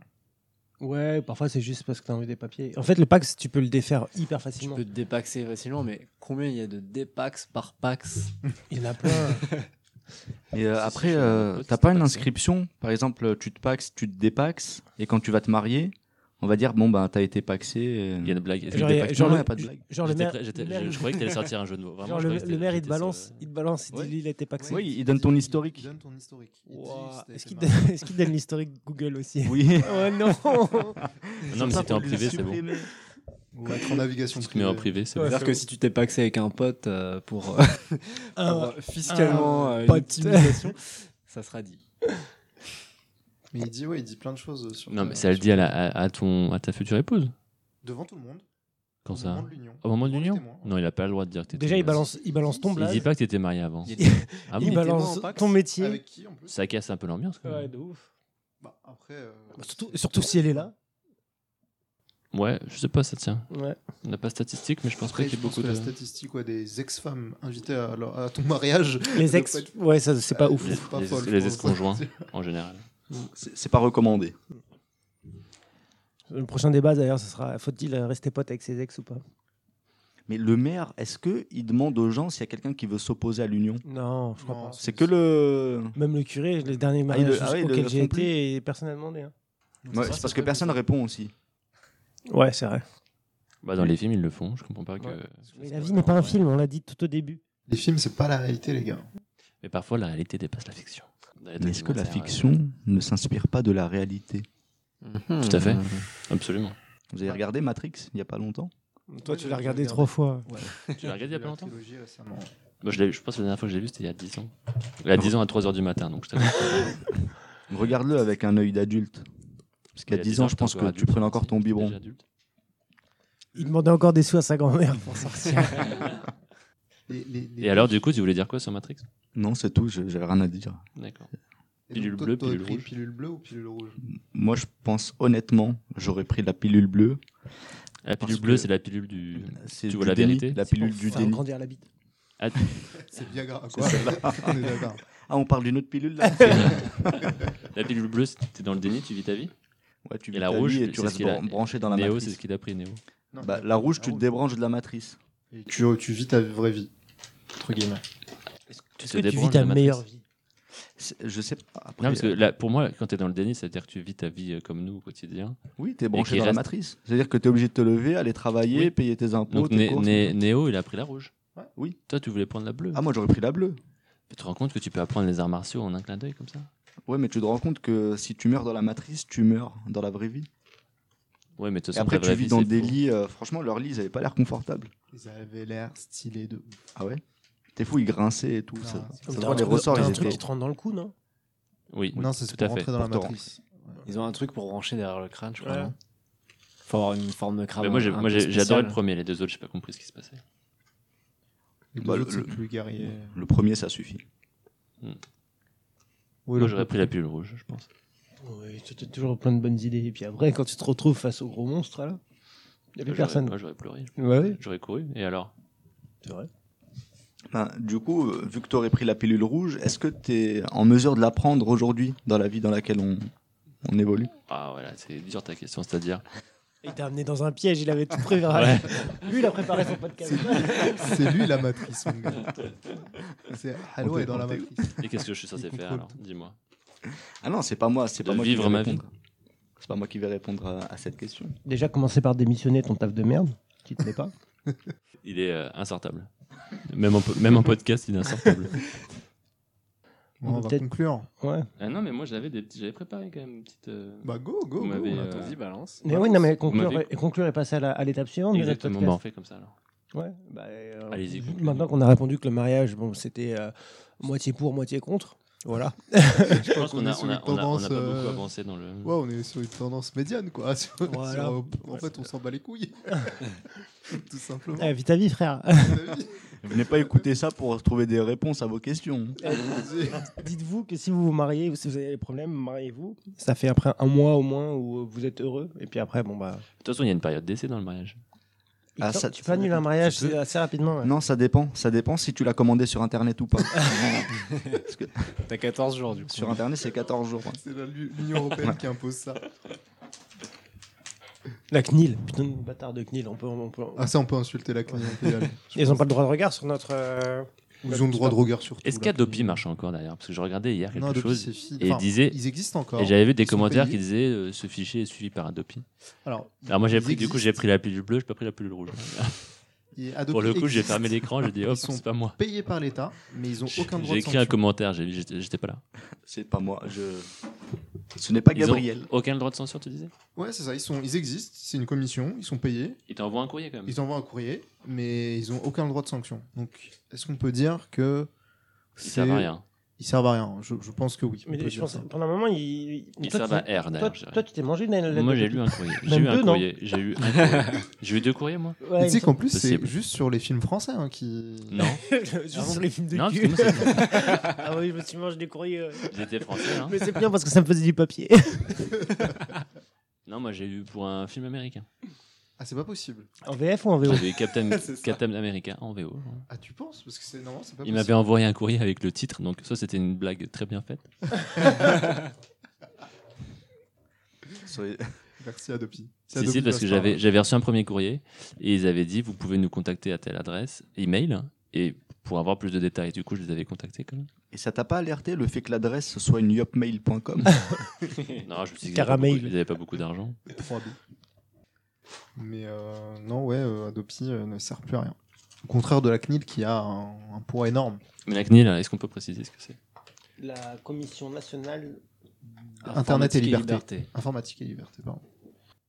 D: Ouais, parfois c'est juste parce que t'as enlevé des papiers. En fait, le pax, tu peux le défaire hyper
E: Tu
D: facilement.
E: peux te dépaxer facilement, mais combien il y a de dépax par pax
D: Il y en a plein.
F: Et euh,
C: Si, si,
F: après,
C: je
F: euh,
C: vois un peu,
F: t'as
C: c'est
F: pas
C: pas
F: une
C: ça.
F: inscription Par exemple, tu te paxes, tu te dépaxes, et quand tu vas te marier, on va dire bon bah t'as été paxé. euh, et-
C: Il y a une blague.
F: Genre,
C: J'étais
F: il y a-
C: pas-
F: non,
D: le-
F: y a pas de blague.
D: genre le
C: j'étais
D: maire,
C: prêt, j'étais-
D: le maire-
C: je, je croyais que t'allais sortir un jeu de mots. Vraiment,
D: genre,
C: je
D: le,
C: croyais que
D: le maire, il te
C: j'étais sur-
D: balance, il te balance, il
F: Ouais.
D: dit lui, il a été paxé.
F: Oui, il donne ton historique.
B: Il donne ton historique. Il te dit si
D: Ouah,
B: t'es
D: Est-ce
B: fait
D: qu'il
B: marrer.
D: donne, est-ce qu'il donne l'historique Google aussi
F: Oui.
D: Oh non
C: Non, mais si t'es en privé, c'est bon.
F: Supprimer.
B: Ou être en navigation
C: Tu te mets en privé, c'est bon.
E: C'est-à-dire que si tu t'es paxé avec un pote euh, pour, euh,
D: Ah
E: pour, euh, fiscalement
D: un
E: euh, une
D: pote.
E: optimisation, ça sera dit.
B: Mais il dit, ouais, il dit plein de choses sur.
C: Non,
B: ta-
C: mais ça le
B: sur-
C: dit à, la- à, à ton, à ta future épouse.
B: Devant tout le monde.
C: Quand
B: au
C: ça
B: moment de l'union.
C: Au moment de
B: Devant les
C: l'union
B: témoins.
C: Non, il a pas le droit de dire que t'étais.
D: Déjà, il
C: marié.
D: balance, il balance ton
C: Il
D: blague,
C: dit pas que t'étais marié avant.
E: Il-
C: Ah
D: il
C: bon
D: balance
E: témoin en
D: ton métier.
B: Avec qui en plus
C: Ça casse un peu l'ambiance. quand même.
D: de ouf.
B: Bah, après. euh,
D: Surtout,
B: c'est-
D: surtout si elle est là.
C: Ouais, je sais pas, ça tient.
D: Ouais.
C: On n'a pas de statistiques, mais je pense pas
B: Après,
C: qu'il y
B: je
C: ait
B: pense
C: beaucoup
B: que
C: de.
B: la statistique ouais, des ex-femmes invitées à, leur- à ton mariage.
D: Les
B: doit
D: ex,
B: pas être-
D: ouais, ça c'est pas ouf.
C: Les-
B: C'est pas
C: les-
B: folle, je
C: les
B: pense.
C: ex-conjoints. En général.
F: C'est c'est pas recommandé.
D: Le prochain débat d'ailleurs, ce sera faut-il rester pote avec ses ex ou pas
F: Mais le maire, est-ce que il demande aux gens s'il y a quelqu'un qui veut s'opposer à l'union
D: Non, je crois
B: Non,
D: pas.
F: C'est que le.
D: Même le curé, le dernier mariage
F: ah, ils le
D: auquel j'ai
F: font plus.
D: été, et personne n'a demandé. hein.
F: Ouais, c'est parce que personne répond aussi.
D: Ouais, c'est vrai.
C: Bah, dans les films, ils le font. Je comprends pas que.
D: Mais la vie n'est pas un film, on l'a dit tout au début.
B: Les films, c'est pas la réalité, les gars.
C: Mais parfois, la réalité dépasse la fiction.
F: Mais est-ce que la
C: euh,
F: fiction ne s'inspire pas de la réalité
C: Tout à fait. euh, Absolument.
F: Vous avez regardé Matrix il y a pas longtemps
D: Toi,
B: Ouais,
D: tu
B: j'ai-
D: l'as
B: j'ai
D: regardé
B: regardé.
D: trois fois.
C: Tu l'as regardé il y a pas longtemps
B: Trilogie récemment.
C: Moi, je, l'ai- je pense que la dernière fois que je l'ai vu, c'était il y a 10 ans. Il y a 10 ans à 3h du matin, donc je t'avoue.
F: Regarde-le avec un œil d'adulte. Parce
C: Il
F: qu'à 10 ans, je
C: t'es
F: pense que tu
C: adulte,
F: prenais encore ton
C: t'es
F: biberon.
C: déjà adulte.
D: Il demandait encore des sous à sa grand-mère pour sortir.
B: Les- les- les-
C: Et alors, du coup, tu voulais dire quoi sur Matrix
F: Non, c'est tout, je- j'avais rien à dire.
C: D'accord.
B: Et
C: pilule
B: donc, toi,
C: bleue,
B: t'aurais
C: pilule
B: pris
C: rouge.
B: Pilule bleue ou pilule rouge
F: Moi, je pense honnêtement, j'aurais pris la pilule bleue.
C: La
F: Parce
C: pilule bleue,
F: que-
C: c'est la pilule du.
F: C'est
C: Tu
F: du
C: vois la
F: déni,
C: vérité
F: La pilule du déni.
D: grandir la bite.
C: Ah,
B: C'est Viagra, quoi. On est d'accord.
F: Ah, on parle d'une autre pilule là
C: la pilule bleue, c'est- t'es dans le déni, tu vis ta vie.
F: Ouais, tu
C: Et
F: vis
C: la
F: ta vie
C: rouge,
F: et tu
C: c'est ce
F: restes
C: qu'il a-
F: bran- branché dans la
C: Néo, c'est
F: matrice.
C: ce qu'il a pris, Néo.
B: Non,
F: Bah,
B: mais-
F: la rouge,
D: Ah,
F: tu te débranches de la matrice.
B: Et tu, tu vis ta vraie vie.
E: Entre guillemets.
C: Tu
D: Est-ce que tu vis ta meilleure vie
F: C'est- Je sais pas. Après,
C: Non, parce que là, pour moi, quand t'es dans le déni, ça veut dire que tu vis ta vie euh, comme nous au quotidien.
F: Oui, t'es
C: Et
F: branché
C: qui
F: dans la
C: reste-
F: matrice. C'est-à-dire que t'es obligé de te lever, aller travailler,
C: Oui.
F: payer tes impôts.
C: Donc,
F: tes
C: Né-
F: courses.
C: Né- Néo, il a pris la rouge.
F: Ouais, oui.
C: Toi, tu voulais prendre la bleue.
F: Ah, moi j'aurais pris la bleue.
C: Tu te rends compte que tu peux apprendre les arts martiaux en un clin d'œil comme ça
F: Ouais, mais tu te rends compte que si tu meurs dans la matrice, tu meurs dans la vraie vie.
C: Ouais, mais de toute
F: Et
C: façon,
F: après,
C: ta
F: tu
C: vraie
F: vis
C: vie,
F: dans
C: c'est
F: des
C: faux.
F: lits. euh, franchement, leurs lits, ils avaient pas l'air confortables.
B: Ils avaient l'air stylés de ouf.
F: Ah ouais T'es fou, ils grinçaient et tout.
B: Non,
F: ça.
B: c'est
F: Ça se
D: T'as
F: voit,
D: un
F: les
D: truc-
F: ressorts,
D: t'as un
F: ils
D: truc
F: étaient.
D: qui te rentre dans le hein. cou, non
C: Oui,
B: non, c'est
C: tout
B: pour
C: à fait.
B: rentrer dans la
F: Pour te
B: matrice.
E: Ils ont un truc pour brancher derrière le crâne, je crois.
D: Ouais.
E: non Faut avoir une forme de crâne.
C: Mais moi, j'ai-
E: un
C: moi,
E: peu
C: j'ai j'ai adoré le
E: spéciale.
C: premier, les deux autres, j'ai pas compris ce qui se passait.
B: Les
F: Bah,
B: deux
F: le-
B: autres, c'est
F: le-
B: plus guerrier.
F: Le premier, ça suffit.
B: Ouais,
C: Moi,
B: le-
C: j'aurais pris la pilule rouge, je pense.
D: Oui, t'as toujours plein de bonnes idées. Et puis après, quand tu te retrouves face au gros monstre, là, il n'y a plus
C: Moi,
D: personne.
C: j'aurais- Moi, j'aurais pleuré.
D: Ouais, ouais,
C: J'aurais couru. Et alors
D: c'est vrai.
F: Ben, du coup, euh, vu que t'aurais pris la pilule rouge, est-ce que t'es en mesure de la prendre aujourd'hui dans la vie dans laquelle on, on évolue
C: Ah, voilà, c'est dur ta question, c'est-à-dire.
D: Il t'a amené dans un piège, il avait tout prévu.
C: Ouais.
D: Lui, il a préparé son podcast.
B: C'est lui la matrice, mon gars. C'est Halo
F: On
B: est dans la
F: t'est-
B: matrice.
C: Et qu'est-ce que je suis censé
B: Il
C: faire
B: contrôle
C: alors Dis-moi.
F: Ah non, c'est pas moi, c'est
C: De
F: pas moi
C: vivre
F: qui vais
C: ma
F: répondre. C'est pas moi qui vais répondre à, à cette question.
D: Déjà, commencer par démissionner ton taf de merde, qui te plaît pas.
C: Il est euh, insortable. Même en, po- même en podcast, il est insortable.
B: Bon, on
D: On
B: va
D: peut-être-
B: conclure.
D: Ouais.
C: ah non, mais moi j'avais des petits- j'avais préparé quand même une petite. euh,
B: Bah go, go,
C: Vous
B: go.
C: m'avez,
B: on
C: euh,
B: attend.
E: Vas-y, balance.
D: Mais oui, non, mais conclure,
C: m'avez-
D: et, conclure et passer à la- à l'étape suivante. de notre
C: Exactement.
D: podcast.
C: Bah, on fait comme ça alors.
D: Ouais, bah, euh,
C: Allez-y,
D: vu-
C: concluez.
D: Maintenant qu'on a répondu que le mariage, bon, c'était euh, moitié pour, moitié contre. Voilà.
C: Je pense
B: qu'on
C: qu'on
B: est
C: a,
B: sur
C: on a,
B: une
C: on a- on a
B: tendance,
C: pas beaucoup
B: euh,
C: avancé dans le.
B: Ouais, on est sur une tendance médiane, quoi. Sur- sur-
D: Voilà.
B: en fait, on s'en bat les couilles. Tout simplement.
D: Eh, vite à vie, frère.
B: la vie.
F: Venez pas écouter ça pour trouver des réponses à vos questions.
D: Dites-vous que si vous vous mariez, si vous avez des problèmes, mariez-vous. Ça fait après un mois au moins où vous êtes heureux. Et puis après, bon, bah.
C: De toute façon, il y a une période d'essai dans le mariage.
F: Ah,
D: tu-
F: ça-
D: tu peux annuler un mariage
F: tu peux.
D: c'est assez rapidement. ouais.
F: Non, ça dépend. Ça dépend si tu l'as commandé sur internet ou pas. Parce que
E: T'as 14 jours, du coup.
F: sur internet, c'est 14 jours.
B: C'est la- l'Union Européenne qui impose ça.
D: La CNIL, putain de bâtard de CNIL, on peut. on peut-
B: Ah, ça, on peut insulter la CNIL. on peut y aller.
D: Ils n'ont pas le droit de regard sur notre. euh,
B: Ils ont le droit de regard sur tout.
C: Est-ce
B: là.
C: qu'Adopi marche encore d'ailleurs Parce que je regardais hier quelque
B: Non, Adopi,
C: chose
B: c'est fini.
C: et il
B: Enfin,
C: disait-
B: Ils existent encore.
C: et j'avais vu des
B: Ils sont
C: commentaires
B: payés.
C: qui disaient euh, ce fichier est suivi par Adopi.
B: Alors,
C: Alors moi j'ai
B: ils
C: pris, du coup j'ai pris la pilule bleue, j'ai pas pris la pilule rouge.
B: existent. Et Adopi
C: Pour le coup j'ai
B: existe.
C: fermé l'écran, j'ai dit hop,
B: sont
C: c'est pas moi.
B: Payés par l'État, mais ils ont
C: J'ai
B: aucun droit de
C: j'ai écrit un
B: censure.
C: commentaire, j'ai dit, j'étais j'étais pas là.
F: C'est pas moi. Je... Ce n'est pas
C: Ils ont
F: Gabriel.
C: Aucun droit de censure, tu disais
B: Ouais, c'est ça. Ils, sont, ils existent. C'est une commission. Ils sont payés.
C: Ils t'envoient un courrier quand même.
B: Ils envoient un courrier, mais ils ont aucun droit de sanction. Donc, est-ce qu'on peut dire que
C: Ils
B: c'est-
C: servent à rien.
B: Ils servent à rien. Je, je pense que oui. on peut
D: Mais je
B: dire
D: pense
B: ça.
D: pendant un moment, il.
C: Ils
D: toi,
C: servent
D: tu-
C: à R
D: toi,
C: d'ailleurs. je dirais.
D: toi, tu t'es mangé une lettre
C: Moi
D: de
C: j'ai
D: Pipi.
C: lu hein. un courrier. J'ai eu un
D: deux, non
C: courrier. J'ai eu un courrier. J'ai eu deux courriers moi
D: Ouais,
B: Et tu sais
D: il me
B: qu'en plus, c'est
C: Possible.
B: juste sur les films français hein, qui.
C: Non.
D: semble- Juste sur les films de
C: Non, parce que
D: cul.
C: moi c'est-
D: Ah oui, je me suis mangé des courriers. euh.
C: j'étais français. hein.
D: Mais c'est bien parce que ça me faisait du papier.
C: Non, moi j'ai eu pour un film américain.
B: Ah, c'est pas possible.
D: En VF ou en VO
C: J'ai eu Captain,
B: C'est ça.
C: Captain America en VO. hein.
B: Ah, tu penses Parce que c'est normal, c'est pas
C: Il
B: possible.
C: m'avait envoyé un courrier avec le titre, donc ça c'était une blague très bien faite.
F: Soyez-
B: Merci Adopi.
C: C'est
B: Adopi
C: si, parce que
B: passe par là.
C: j'avais j'avais reçu un premier courrier et ils avaient dit vous pouvez nous contacter à telle adresse, email, et pour avoir plus de détails. Du coup, je les avais contactés quand même.
F: Et ça t'a pas alerté le fait que l'adresse soit une yopmail.com
C: Non, je me suis dit qu'ils avaient pas
D: Caramel.
C: beaucoup- ils n'avaient pas beaucoup d'argent.
B: 3B. Mais euh, non, ouais, euh, Adopi euh, ne sert plus à rien. Au contraire de la CNIL qui a un, un poids énorme.
C: Mais la CNIL, est-ce qu'on peut préciser ce que c'est
D: La Commission nationale.
B: Internet et liberté. Informatique et liberté, pardon.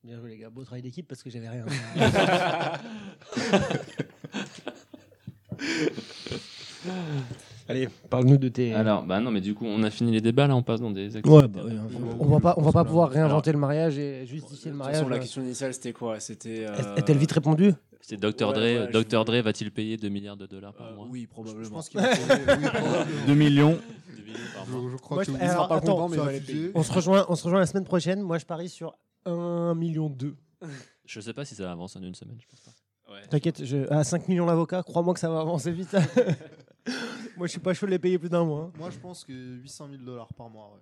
H: Bien joué, les gars. Beau travail d'équipe parce que j'avais rien.
D: Allez, parle-nous de tes.
C: Alors, bah non, mais du coup, on a fini les débats là, on passe dans des actions.
H: Ouais, bah oui, hein. on va pas, on va pas pouvoir réinventer le mariage et
E: De
H: justifier le
E: toute
H: mariage.
E: façon, la question initiale, c'était quoi C'était. euh,
H: Est- Est-elle vite répondu
C: C'est Dr. Dre.
E: Ouais, ouais, je-
C: Dr. Dre va-t-il payer 2 milliards de dollars par
E: euh,
C: mois
E: Oui, probablement.
B: Je pense qu'il va trouver- oui, probablement.
F: 2 millions.
C: 2 millions par mois.
B: Je, je crois
D: Moi,
B: que
D: je-
B: oui.
D: alors,
B: Il sera pas
D: attends,
B: content, mais
E: ça
B: il va
E: va
B: les payer.
H: On se rejoint, on se rejoint la semaine prochaine. Moi, je parie sur 1 million 2.
C: Je sais pas si ça avance en une semaine, je pense pas.
H: T'inquiète, je- à 5 millions l'avocat, crois-moi que ça va avancer vite. Moi, je suis pas chaud de les payer plus d'un mois. hein.
B: Moi, je pense que 800 000 dollars par mois. ouais.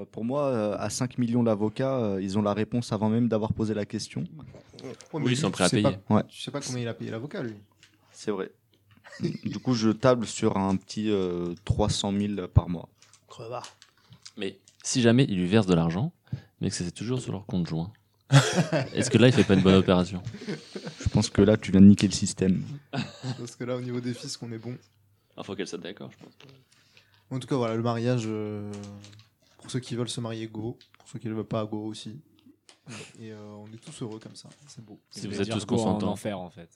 F: Bah, pour moi, euh, à 5 millions l'avocat, euh, ils ont la réponse avant même d'avoir posé la question.
B: Ouais,
C: Oui,
B: mais
C: ils sont
B: lui,
C: prêts à
B: tu sais
C: payer.
B: pas-
F: Ouais.
B: Tu sais pas combien il a payé l'avocat, lui.
F: C'est vrai. du coup, je table sur un petit euh, 300 000 par mois.
H: Crevard.
C: Mais si jamais il lui verse de l'argent, mais que c'est toujours sur leur compte joint, est-ce que là il fait pas une bonne opération
F: Je pense que là, tu viens de niquer le système.
B: Parce que là, au niveau des fils, qu'on est bon.
C: Il faut qu'elle soit d'accord, je pense.
B: En tout cas, voilà, le mariage, euh, pour ceux qui veulent se marier, go. Pour ceux qui ne veulent pas, go aussi. Et euh, on est tous heureux comme ça. C'est beau.
C: Si vous êtes tous consentants.
E: enfer, en fait.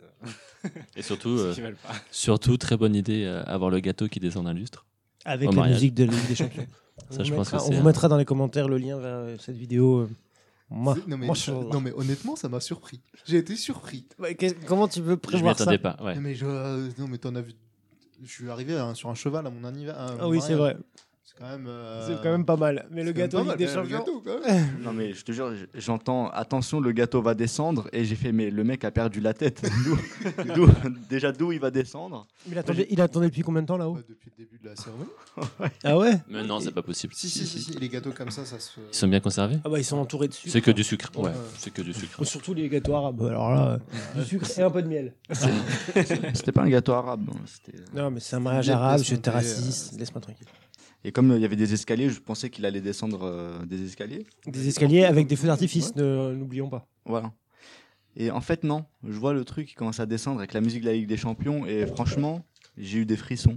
C: Et surtout,
E: Ceux
C: euh,
E: qui veulent pas.
C: surtout très bonne idée, euh, avoir le gâteau qui descend d'un lustre.
H: Avec
C: Au
H: la
C: mariage.
H: musique de la Ligue des Champions.
C: Ça,
H: on
C: je
H: vous
C: pense que
H: mettra, on
C: c'est
H: vous
C: un-
H: mettra dans les commentaires le lien vers euh, cette vidéo. euh. Moi,
B: C'est- non, mais,
H: moi, je-
B: non, mais honnêtement, ça m'a surpris. J'ai été surpris.
H: Ouais, qu'est- Comment tu peux
C: Je m'y
H: prévoir ça
C: attendais pas. Ouais.
B: Non, mais je, euh, non, mais t'en as vu. Je suis arrivé hein, sur un cheval à mon anniversaire. à
H: Ah
B: mon
H: oui, c'est
B: mariage.
H: vrai.
B: C'est quand même. euh,
H: C'est quand même pas mal. Mais
B: c'est
H: le
B: quand même
H: gâteau
B: pas
H: Ligue
B: mal,
H: des
B: hein, le
H: Champions.
B: gâteau, quand même.
F: Non, mais je te jure, j'entends, attention, le gâteau va descendre. Et j'ai fait, mais le mec a perdu la tête. déjà, d'où il va descendre
H: Il attendait, il attendait depuis combien de temps là-haut
B: Bah, depuis le début de la cérémonie.
H: Ah ouais
C: Mais non, c'est pas possible.
B: Si, si, si, si. Et les gâteaux comme ça, ça se.
C: Ils sont bien conservés
H: Ah bah ils sont entourés de sucre.
C: C'est que du sucre. Ouais,
B: Ouais.
C: c'est que du sucre.
H: Ou surtout les gâteaux arabes. Alors là, euh, du sucre et un peu de miel.
F: C'était pas un gâteau arabe. non, c'était-
H: Non, mais c'est un mariage
B: Laisse-moi
H: arabe, je
B: tomber,
H: te
B: euh,
H: raciste. Laisse-moi tranquille.
F: Et comme euh, il y avait des escaliers, je pensais qu'il allait descendre euh, des escaliers.
H: Des escaliers avec des feux d'artifice, ne- n'oublions pas.
F: Voilà. Et en fait, non. Je vois le truc qui commence à descendre avec la musique de la Ligue des Champions. Et franchement, j'ai eu des frissons.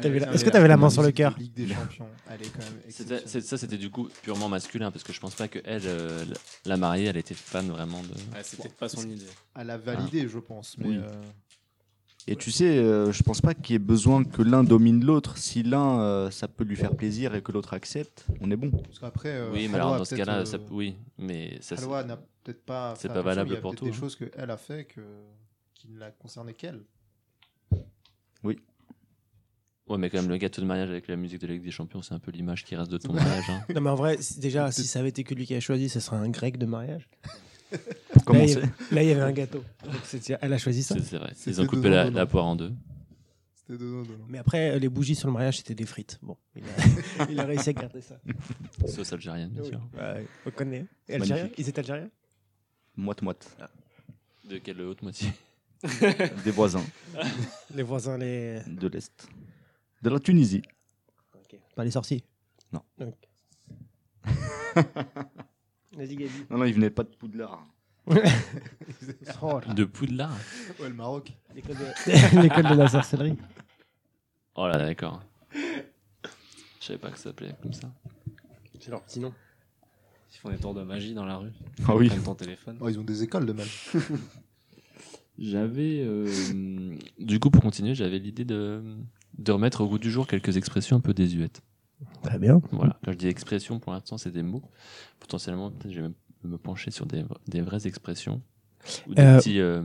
H: T'avais la-
B: Ah,
H: est-ce
B: mais
H: que t'avais la main
B: musique
H: sur le
B: de
H: cœur
B: Ligue des Champions, elle est quand même.
C: C'était-
B: exceptionnelle.
C: c'est- Ça, c'était du coup purement masculin parce que je pense pas que elle, euh, la- la mariée, elle était fan vraiment de.
E: Ah, c'est peut-être pas son idée.
B: Elle a validé, je pense. Mais
F: Oui.
B: euh,
F: Et tu sais, euh, je pense pas qu'il y ait besoin que l'un domine l'autre. Si l'un, euh, ça peut lui faire plaisir et que l'autre accepte, on est bon.
B: parce qu'après. euh,
C: oui, mais
B: Haloa
C: alors
B: a
C: dans ce
B: peut-être,
C: cas-là,
B: euh,
C: ça, oui, mais ça. c'est-
B: Haloa n'a peut-être pas.
C: c'est
B: fait
C: pas
B: attention,
C: valable
B: il y a
C: pour
B: peut-être
C: tout,
B: Des
C: hein.
B: choses qu'elle a fait que qui ne la concernait qu'elle.
C: Ouais, mais quand même le gâteau de mariage avec la musique de la Ligue des Champions, c'est un peu l'image qui reste de ton mariage. hein.
H: Non, mais en vrai, c'est- déjà, si ça avait été que lui qui a choisi, ça serait un grec de mariage.
F: Pour
H: Là, il y
F: commencer.
H: avait- là, il y avait un gâteau. Donc, c'est- elle a choisi ça.
C: C'est c'est vrai. Ils
B: C'était
C: ont coupé
B: devant
C: la,
B: Dolan.
C: la poire en deux.
B: C'était dedans, dedans.
H: Mais après, euh, les bougies sur le mariage, c'était des frites. Bon, il a, il a réussi à garder ça.
B: Ah
C: Sauce algérienne, bien sûr.
H: Ouais, on connaît. Et Algériens Ils étaient algériens
F: moite-moite
C: De quelle haute moitié
F: des voisins
D: Les voisins, les.
F: de l'Est. De la Tunisie.
H: Pas les sorciers.
D: Vas-y, Gabi.
F: Non, non, ils venaient pas de Poudlard.
C: De Poudlard
B: Ouais, le Maroc.
D: L'école de-
H: L'école de la sorcellerie.
C: Oh là, d'accord. Je savais pas que ça s'appelait comme ça.
D: C'est leur petit nom.
E: Ils font des tours de magie dans la rue.
F: Ah oui.
E: Prennent ton téléphone.
B: Oh, ils ont des écoles de mal.
C: J'avais. euh, du coup, pour continuer, j'avais l'idée de, de remettre au goût du jour quelques expressions un peu désuètes.
H: Très bien.
C: Voilà, quand je dis expression, pour l'instant, c'est des mots. Potentiellement, peut-être, je vais même me pencher sur des, des vraies expressions. Ou des
H: Euh,
C: petits. euh,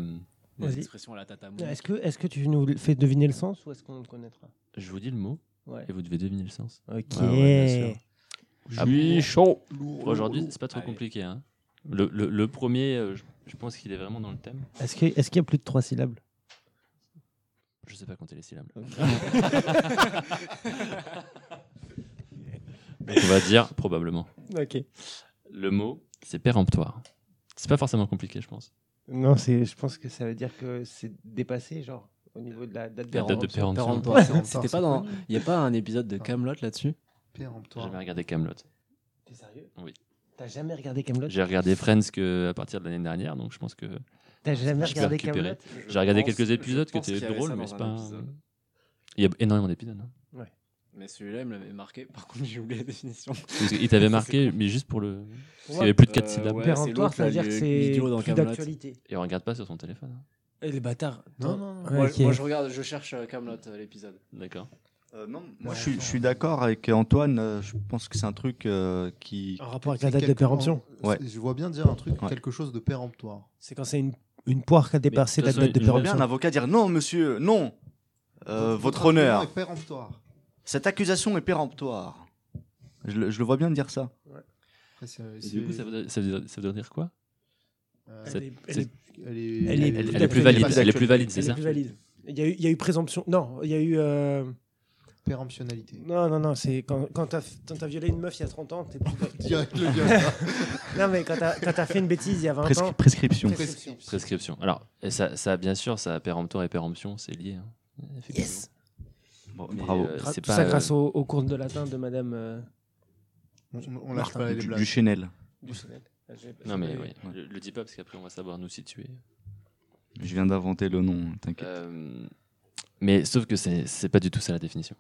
H: Vas-y.
E: Des expressions à la tata Mou.
H: Est-ce que, est que tu nous le fais deviner le sens ou est-ce qu'on le connaîtra
C: je vous dis le mot
H: Ouais.
C: et vous devez deviner le sens.
H: Ok.
C: Ouais, ouais, bien sûr. Ah bon
E: chaud.
C: Aujourd'hui, c'est pas trop
E: Allez.
C: compliqué. hein. Le, le- le premier, euh, je, je pense qu'il est vraiment dans le thème.
H: Est-ce que- est-ce qu'il y a plus de trois syllabes
C: Je sais pas compter les syllabes. Donc, on va dire probablement.
H: Ok.
C: Le mot, c'est péremptoire. C'est pas forcément compliqué, je pense.
D: Non, c'est, je pense que ça veut dire que c'est dépassé, genre, au niveau de la date de
C: La date de péremptoire.
E: Péremptoire.
B: Péremptoire,
E: C'était
B: c'est
E: pas dans.
B: connu.
E: Il y a pas un épisode de Camelot là-dessus
C: J'ai
B: Péremptoire.
C: jamais regardé Camelot.
D: T'es sérieux
C: Oui.
D: T'as jamais regardé Camelot
C: J'ai regardé Friends que à partir de l'année dernière, donc je pense que
D: T'as jamais
C: je peux
D: regardé
C: récupérer.
D: Camelot
C: j'ai regardé quelques épisodes que c'était drôle, mais c'est pas. Il y a énormément d'épisodes. hein.
E: Mais celui-là, il me l'avait marqué. Par contre, j'ai oublié la définition.
C: Parce qu'il t'avait marqué, mais juste pour le. Parce qu'il y avait plus de 4
E: Euh,
C: syllabes.
E: ouais. c'est
D: Péremptoire,
E: l'autre,
D: ça
E: là,
D: veut dire que
E: le
D: c'est
E: idiot dans
D: plus
E: Kaamelott.
D: d'actualité.
C: Et on regarde pas sur son téléphone. hein.
H: Et Eh, les bâtards.
B: Non, non, non.
H: Ouais,
E: Moi,
H: ok.
E: moi, je regarde, je cherche euh, Camelot l'épisode.
C: D'accord.
F: Euh, non, moi, je, suis- je suis d'accord avec Antoine. euh, Je pense que c'est un truc euh, qui.
H: En rapport avec
B: C'est
H: la date de
B: quelque-
H: péremption.
B: en-
F: Ouais.
B: Je vois bien dire un truc,
F: Ouais.
B: quelque chose de péremptoire.
H: C'est quand c'est une, une poire qui a dépassé
C: de
H: la
C: toute
H: date de
C: façon, il-
F: J'aimerais bien un
H: péremption.
F: avocat dire non, monsieur, non. Euh, votre
B: argument
F: honneur,
B: est péremptoire.
F: cette accusation est péremptoire. Je le, je le vois bien dire ça.
B: Après, c'est-
C: Et du coup,
B: c'est-
C: ça veut, ça veut- ça veut dire quoi
B: euh,
C: cette-
H: Elle est- elle
B: elle est-
H: est-
B: elle est-
C: elle,
H: tout
C: elle
H: à
C: est plus
H: fait
C: valide,
F: pas
C: elle est
F: d'actualité.
C: plus valide, c'est
H: Elle est
C: ça
H: plus valide. Il y, a eu, il y a eu présomption. Non, il y a eu. euh,
B: péremptionnalité.
H: Non, non, non. C'est quand, quand t'as quand t'as violé une meuf il y a 30 ans, t'es plus
B: Direct le gars.
H: Non, mais quand t'as quand t'as fait une bêtise il y a 20
F: Prescri-
H: ans.
F: prescription.
H: prescription.
C: Prescription. Alors, et ça, ça, bien sûr, ça péremptoire et péremption, c'est lié. hein. Effectivement.
H: Yes.
F: Bon,
C: Mais,
F: bravo.
C: euh,
H: Gra-
C: c'est
H: tout
C: pas,
H: ça
C: euh,
H: grâce au, au cours de latin de madame euh,
B: On, on lâche pas les
F: du,
B: blagues.
F: du Chenel.
H: Duchesnel. Ah, j'ai- j'ai
C: Non, mais
H: pas
C: oui.
F: Ouais.
C: Le, le dis pas parce qu'après, on va savoir nous situer.
F: Je viens d'inventer le nom, t'inquiète.
C: Euh, mais sauf que c'est c'est pas du tout ça la définition.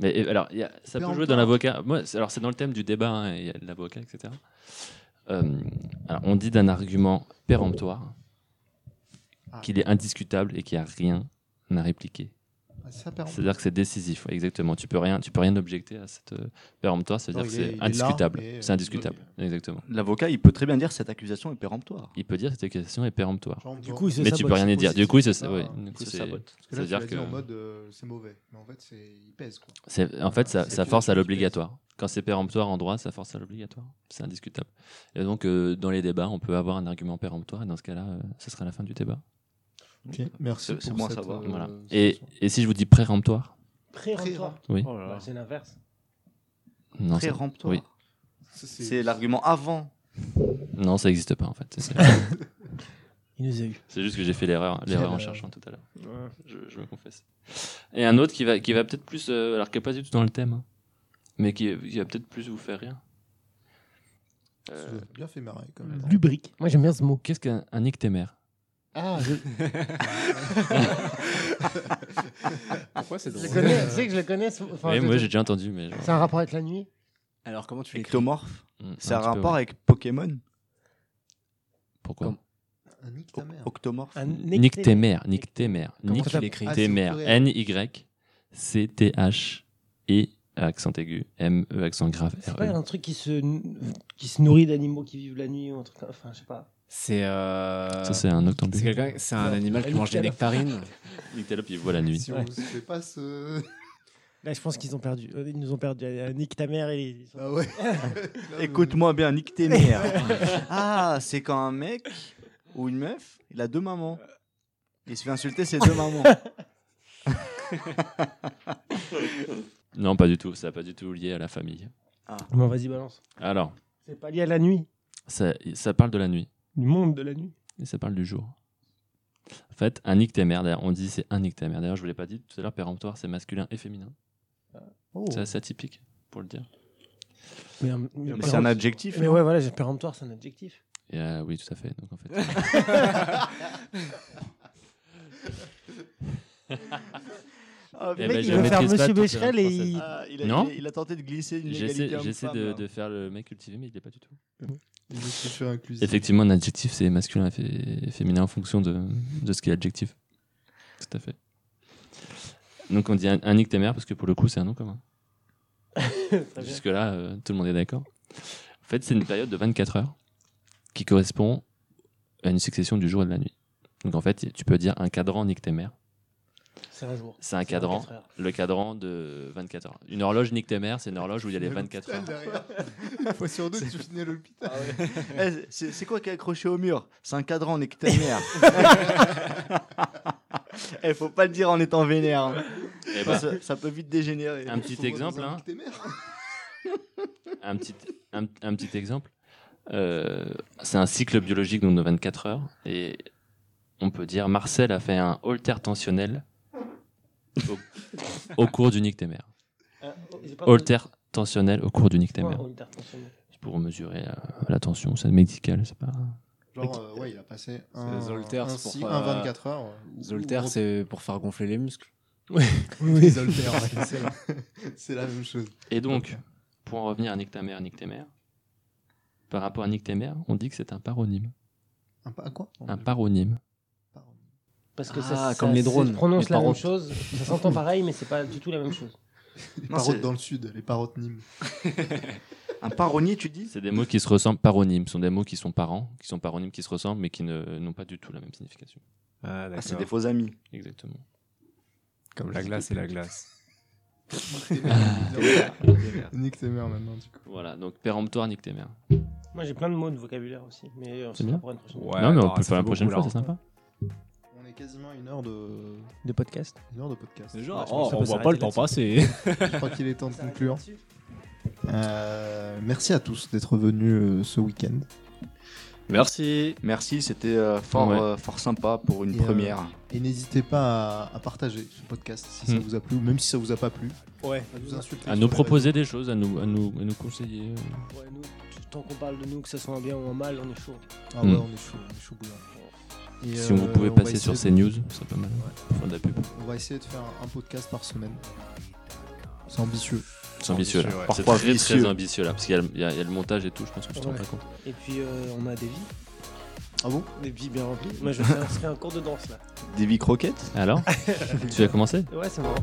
C: Mais et, alors, il y a- ça peut jouer dans l'avocat. Moi, c'est- alors c'est dans le thème du débat, hein, il y a de l'avocat, etc. Euh, alors, on dit d'un argument péremptoire
B: Ah.
C: qu'il est indiscutable et qu'il n'y a rien à répliquer.
B: Ah, c'est ça, péremptoire.
C: C'est-à-dire que c'est décisif, ouais, exactement. Tu peux rien, tu peux rien objecter à cette euh, péremptoire. C'est-à-dire
B: Non,
C: que
B: il est-
C: c'est
B: il est là,
C: indiscutable.
B: mais, euh,
C: C'est indiscutable, exactement.
F: L'avocat, il peut très bien dire cette accusation est péremptoire.
C: Il peut dire que cette question est péremptoire.
B: Genre,
H: Du
B: on-
H: coup, il se
C: Mais tu
H: sabote,
C: peux rien y
B: c'est
C: dire. Du
B: positif,
C: coup,
B: c'est
C: c'est
B: pas-
C: ouais, du coup,
F: se
C: c'est-
F: sabote.
B: Parce que là,
C: c'est-à-dire
B: tu l'as dit
C: que-
B: en mode euh, c'est mauvais. Mais en fait, c'est- il pèse. Quoi.
C: C'est- en fait, ça,
B: C'est
C: ça
B: une
C: force à
B: chose qui
C: l'obligatoire. Quand c'est péremptoire en droit, ça force à l'obligatoire. C'est indiscutable. Et donc, euh, dans les débats, on peut avoir un argument péremptoire, et dans ce cas-là, euh, ce sera la fin du débat.
B: Merci.
F: C'est- c'est
B: pour
F: bon à
B: cette,
F: savoir.
B: euh,
C: voilà.
B: cette
C: Et,
B: leçon.
C: et si je vous dis préremptoire
D: Préremptoire.
E: Oh là là.
D: Bah, C'est l'inverse.
C: Non, ça-
F: Péremptoire.
C: Oui.
B: Ça, c'est-
F: C'est l'argument avant.
C: non, ça n'existe pas en fait. C'est-
H: Il nous a eu.
C: C'est juste que j'ai fait l'erreur, l'erreur en
B: erreur.
C: cherchant tout à l'heure. Je, je me confesse. Et un autre qui va, qui va peut-être plus, euh, alors qui n'est pas du tout dans le thème, hein, mais qui, qui va peut-être plus vous faire rire.
B: ça
C: Euh,
B: nous a bien fait marrer quand même.
C: Mmh.
H: Lubrique. Moi j'aime bien ce mot.
C: Qu'est-ce qu'un un ictémère
B: Ah,
E: Pourquoi c'est drôle
D: Je connais, tu sais que je le connais. ce- enfin,
C: Oui,
D: je-
C: Eh, Moi, j'ai déjà entendu, mais. genre-
D: C'est un rapport avec la nuit
E: Alors comment tu l'écris
F: Ectomorphe.
C: Mm, un
F: C'est un
C: petit peu,
F: rapport
C: ouais.
F: avec Pokémon.
C: Pourquoi
E: Comme-
B: un nique ta
A: hein.
B: mère.
F: Octomorphe.
H: Un
C: Nick Temer, Nick Temer,
H: Comment
C: Nick
H: ça
B: l'écris Ah, c'est
C: Temer,
B: au pluriel.
C: N Y C T H E accent aigu M E accent grave
D: C'est
C: R
D: pas
C: E.
D: un truc qui se, qui se nourrit d'animaux qui vivent la nuit ou un truc. comme- Enfin, je sais pas.
E: C'est euh...
C: Ça c'est un
E: c'est
C: octambule.
E: quelqu'un, c'est un animal qui mange des nectarines.
C: Nyctalope, il voit la nuit.
B: Si on se fait pas ce.
H: Là je pense qu'ils ont perdu. Euh, Ils nous ont perdu. Euh, Nique ta mère et. ils sont-
B: Ah ouais.
F: Écoute-moi bien, nique tes mères. ah, c'est quand un mec ou une meuf, il a deux mamans. Il se fait insulter ses deux mamans.
C: Non, pas du tout. Ça n'a pas du tout lié à la famille.
H: Bon vas-y balance.
C: Alors,
H: C'est pas lié à la nuit.
C: ça, ça parle de la nuit.
G: Du monde de la nuit.
C: Et ça parle du jour. En fait, un ictémère, d'ailleurs, on dit c'est un ictémère. D'ailleurs, je vous l'ai pas dit tout à l'heure, péremptoire, c'est masculin et féminin.
B: Oh.
C: C'est assez atypique, pour le dire.
G: Mais, un- mais
F: Mais
G: pas
F: C'est
G: le-
F: un adjectif.
G: Mais ouais, voilà, j'ai péremptoire, c'est un adjectif.
C: Et, euh, oui, tout à fait. Donc, en fait,
F: Ah,
C: Eh
F: mec,
C: ben,
F: il
C: je
F: veut
C: maîtrise
F: faire-
C: pas tout à fait la
F: il-
C: française.
F: Ah, il a-
C: Non.
F: il a- Il a tenté de glisser une
C: J'essaie
F: égalité
C: j'essaie
F: homme-femme, hein.
C: de,
F: là.
C: de faire le mec cultivé, mais il l'est pas du tout.
B: Je suis sûr inclusif.
C: Effectivement, un adjectif, c'est masculin et fé- féminin en fonction de, de ce qui est adjectif. Tout à fait. Donc on dit un, un ictémère parce que pour le coup, c'est un nom commun. Jusque-là, euh, tout le monde est d'accord. En fait, c'est une période de 24 heures qui correspond à une succession du jour et de la nuit. Donc en fait, tu peux dire un cadran nictémère.
G: C'est un jour.
C: C'est un
G: C'est
C: cadran,
G: 24 heures.
C: le cadran de 24 heures. Une horloge nictémère, c'est une horloge où il y a les 24 heures.
B: Une fois sur deux, tu finis à l'hôpital.
F: Eh, c'est c'est quoi qui est accroché au mur C'est un cadran, on est que ta mère. Eh, faut pas le dire en étant vénère. hein.
C: Eh ben,
F: ça, ça peut vite dégénérer.
C: un petit exemple, hein.
B: Tes mères.
C: un petit, un, un petit exemple. Euh, c'est un cycle biologique donc de 24 heures. Et on peut dire Marcel a fait un halter tensionnel au, au cours du nictémère.
G: Ah, oh, j'ai pas compris.
C: Halter tensionnel au cours du nictémère.
G: Ouais, Holter, attention.
C: C'est pour mesurer euh, la tension, c'est médical, c'est pas.
B: Genre, euh, ouais, il a passé un,
E: les Zolters,
B: un,
E: c'est pour
B: six-
E: faire,
B: un
E: euh,
B: 24 heures.
E: Zolter,
B: Ou-
E: c'est pour faire gonfler les muscles.
B: Les Zolters, ouais, c'est la- c'est la même chose.
C: Et donc, pour en revenir à nictémère, nictémère, par rapport à nictémère, on dit que c'est un paronyme.
B: Un pa- quoi
C: Un paronyme.
G: Parce que
E: Ah,
G: ça, ça-
E: comme les
G: ça
E: drones,
G: se prononce
E: les
G: la même
E: parottes.
G: chose, ça s'entend pareil, mais c'est pas du tout la même chose.
B: Les
F: Non,
B: parottes
F: c'est-
B: dans le sud, les parottes Nîmes.
F: Un paronnier, tu dis
C: C'est des mots qui se ressemblent, paronymes, sont des mots qui sont parents, qui sont paronymes, qui se ressemblent, mais qui ne- n'ont pas du tout la même signification.
E: Ah,
F: Ah, C'est des faux amis.
C: Exactement.
E: Comme la glace et la glace.
B: Nique tes mères maintenant, du coup.
C: Voilà, donc péremptoire, nictémère.
G: Moi, j'ai plein de mots de vocabulaire aussi, mais euh, on
C: C'est
G: se
C: bien.
G: fera pour une prochaine.
C: non, mais on peut le faire la prochaine fois, c'est sympa.
B: On est quasiment à une heure de,
G: De podcast.
B: une heure de podcast.
E: Déjà,
G: Ouais, je pense
E: oh,
G: que ça
E: on
G: peut
E: voit pas
G: s'arrêter
E: le temps passer.
B: Je crois qu'il est temps de conclure. Euh, merci à tous d'être venus euh, ce week-end.
F: Merci. Merci, c'était euh, fort,
C: Ouais.
F: euh, fort sympa pour une
B: Et, euh,
F: première.
B: Et n'hésitez pas à, à partager ce podcast si ça
C: Mm.
B: vous a plu, ou même si ça vous a pas plu.
G: Ouais.
B: À nous insulter.
C: À nous proposer des choses, à nous, à nous, à nous conseiller. euh.
G: Ouais, nous, tout- tant qu'on parle de nous, que ce soit un bien ou un mal, on est chaud.
B: Ah ouais,
C: Mm.
B: on est chaud, on est chaud bouillant. Et,
C: si
B: euh,
C: on vous pouvez
B: on
C: passer
B: va
C: sur ces
B: essayer de-
C: news, c'est pas mal. Pour faire de la pub.
B: On va essayer de faire un podcast par semaine. C'est ambitieux.
C: C'est ambitieux là. C'est
F: Parfois
C: très, très
F: vicieux.
C: ambitieux là, parce qu'il y, a le- il y a il y a le montage et tout, je pense que tu te rends
G: Ouais.
C: pas compte.
G: Et puis, euh, on a des vies.
B: Ah bon
G: Des vies bien remplies. Moi, je vais faire je fais un cours de danse là.
F: Des vies croquettes
C: Alors Tu as commencé
G: Ouais, c'est marrant.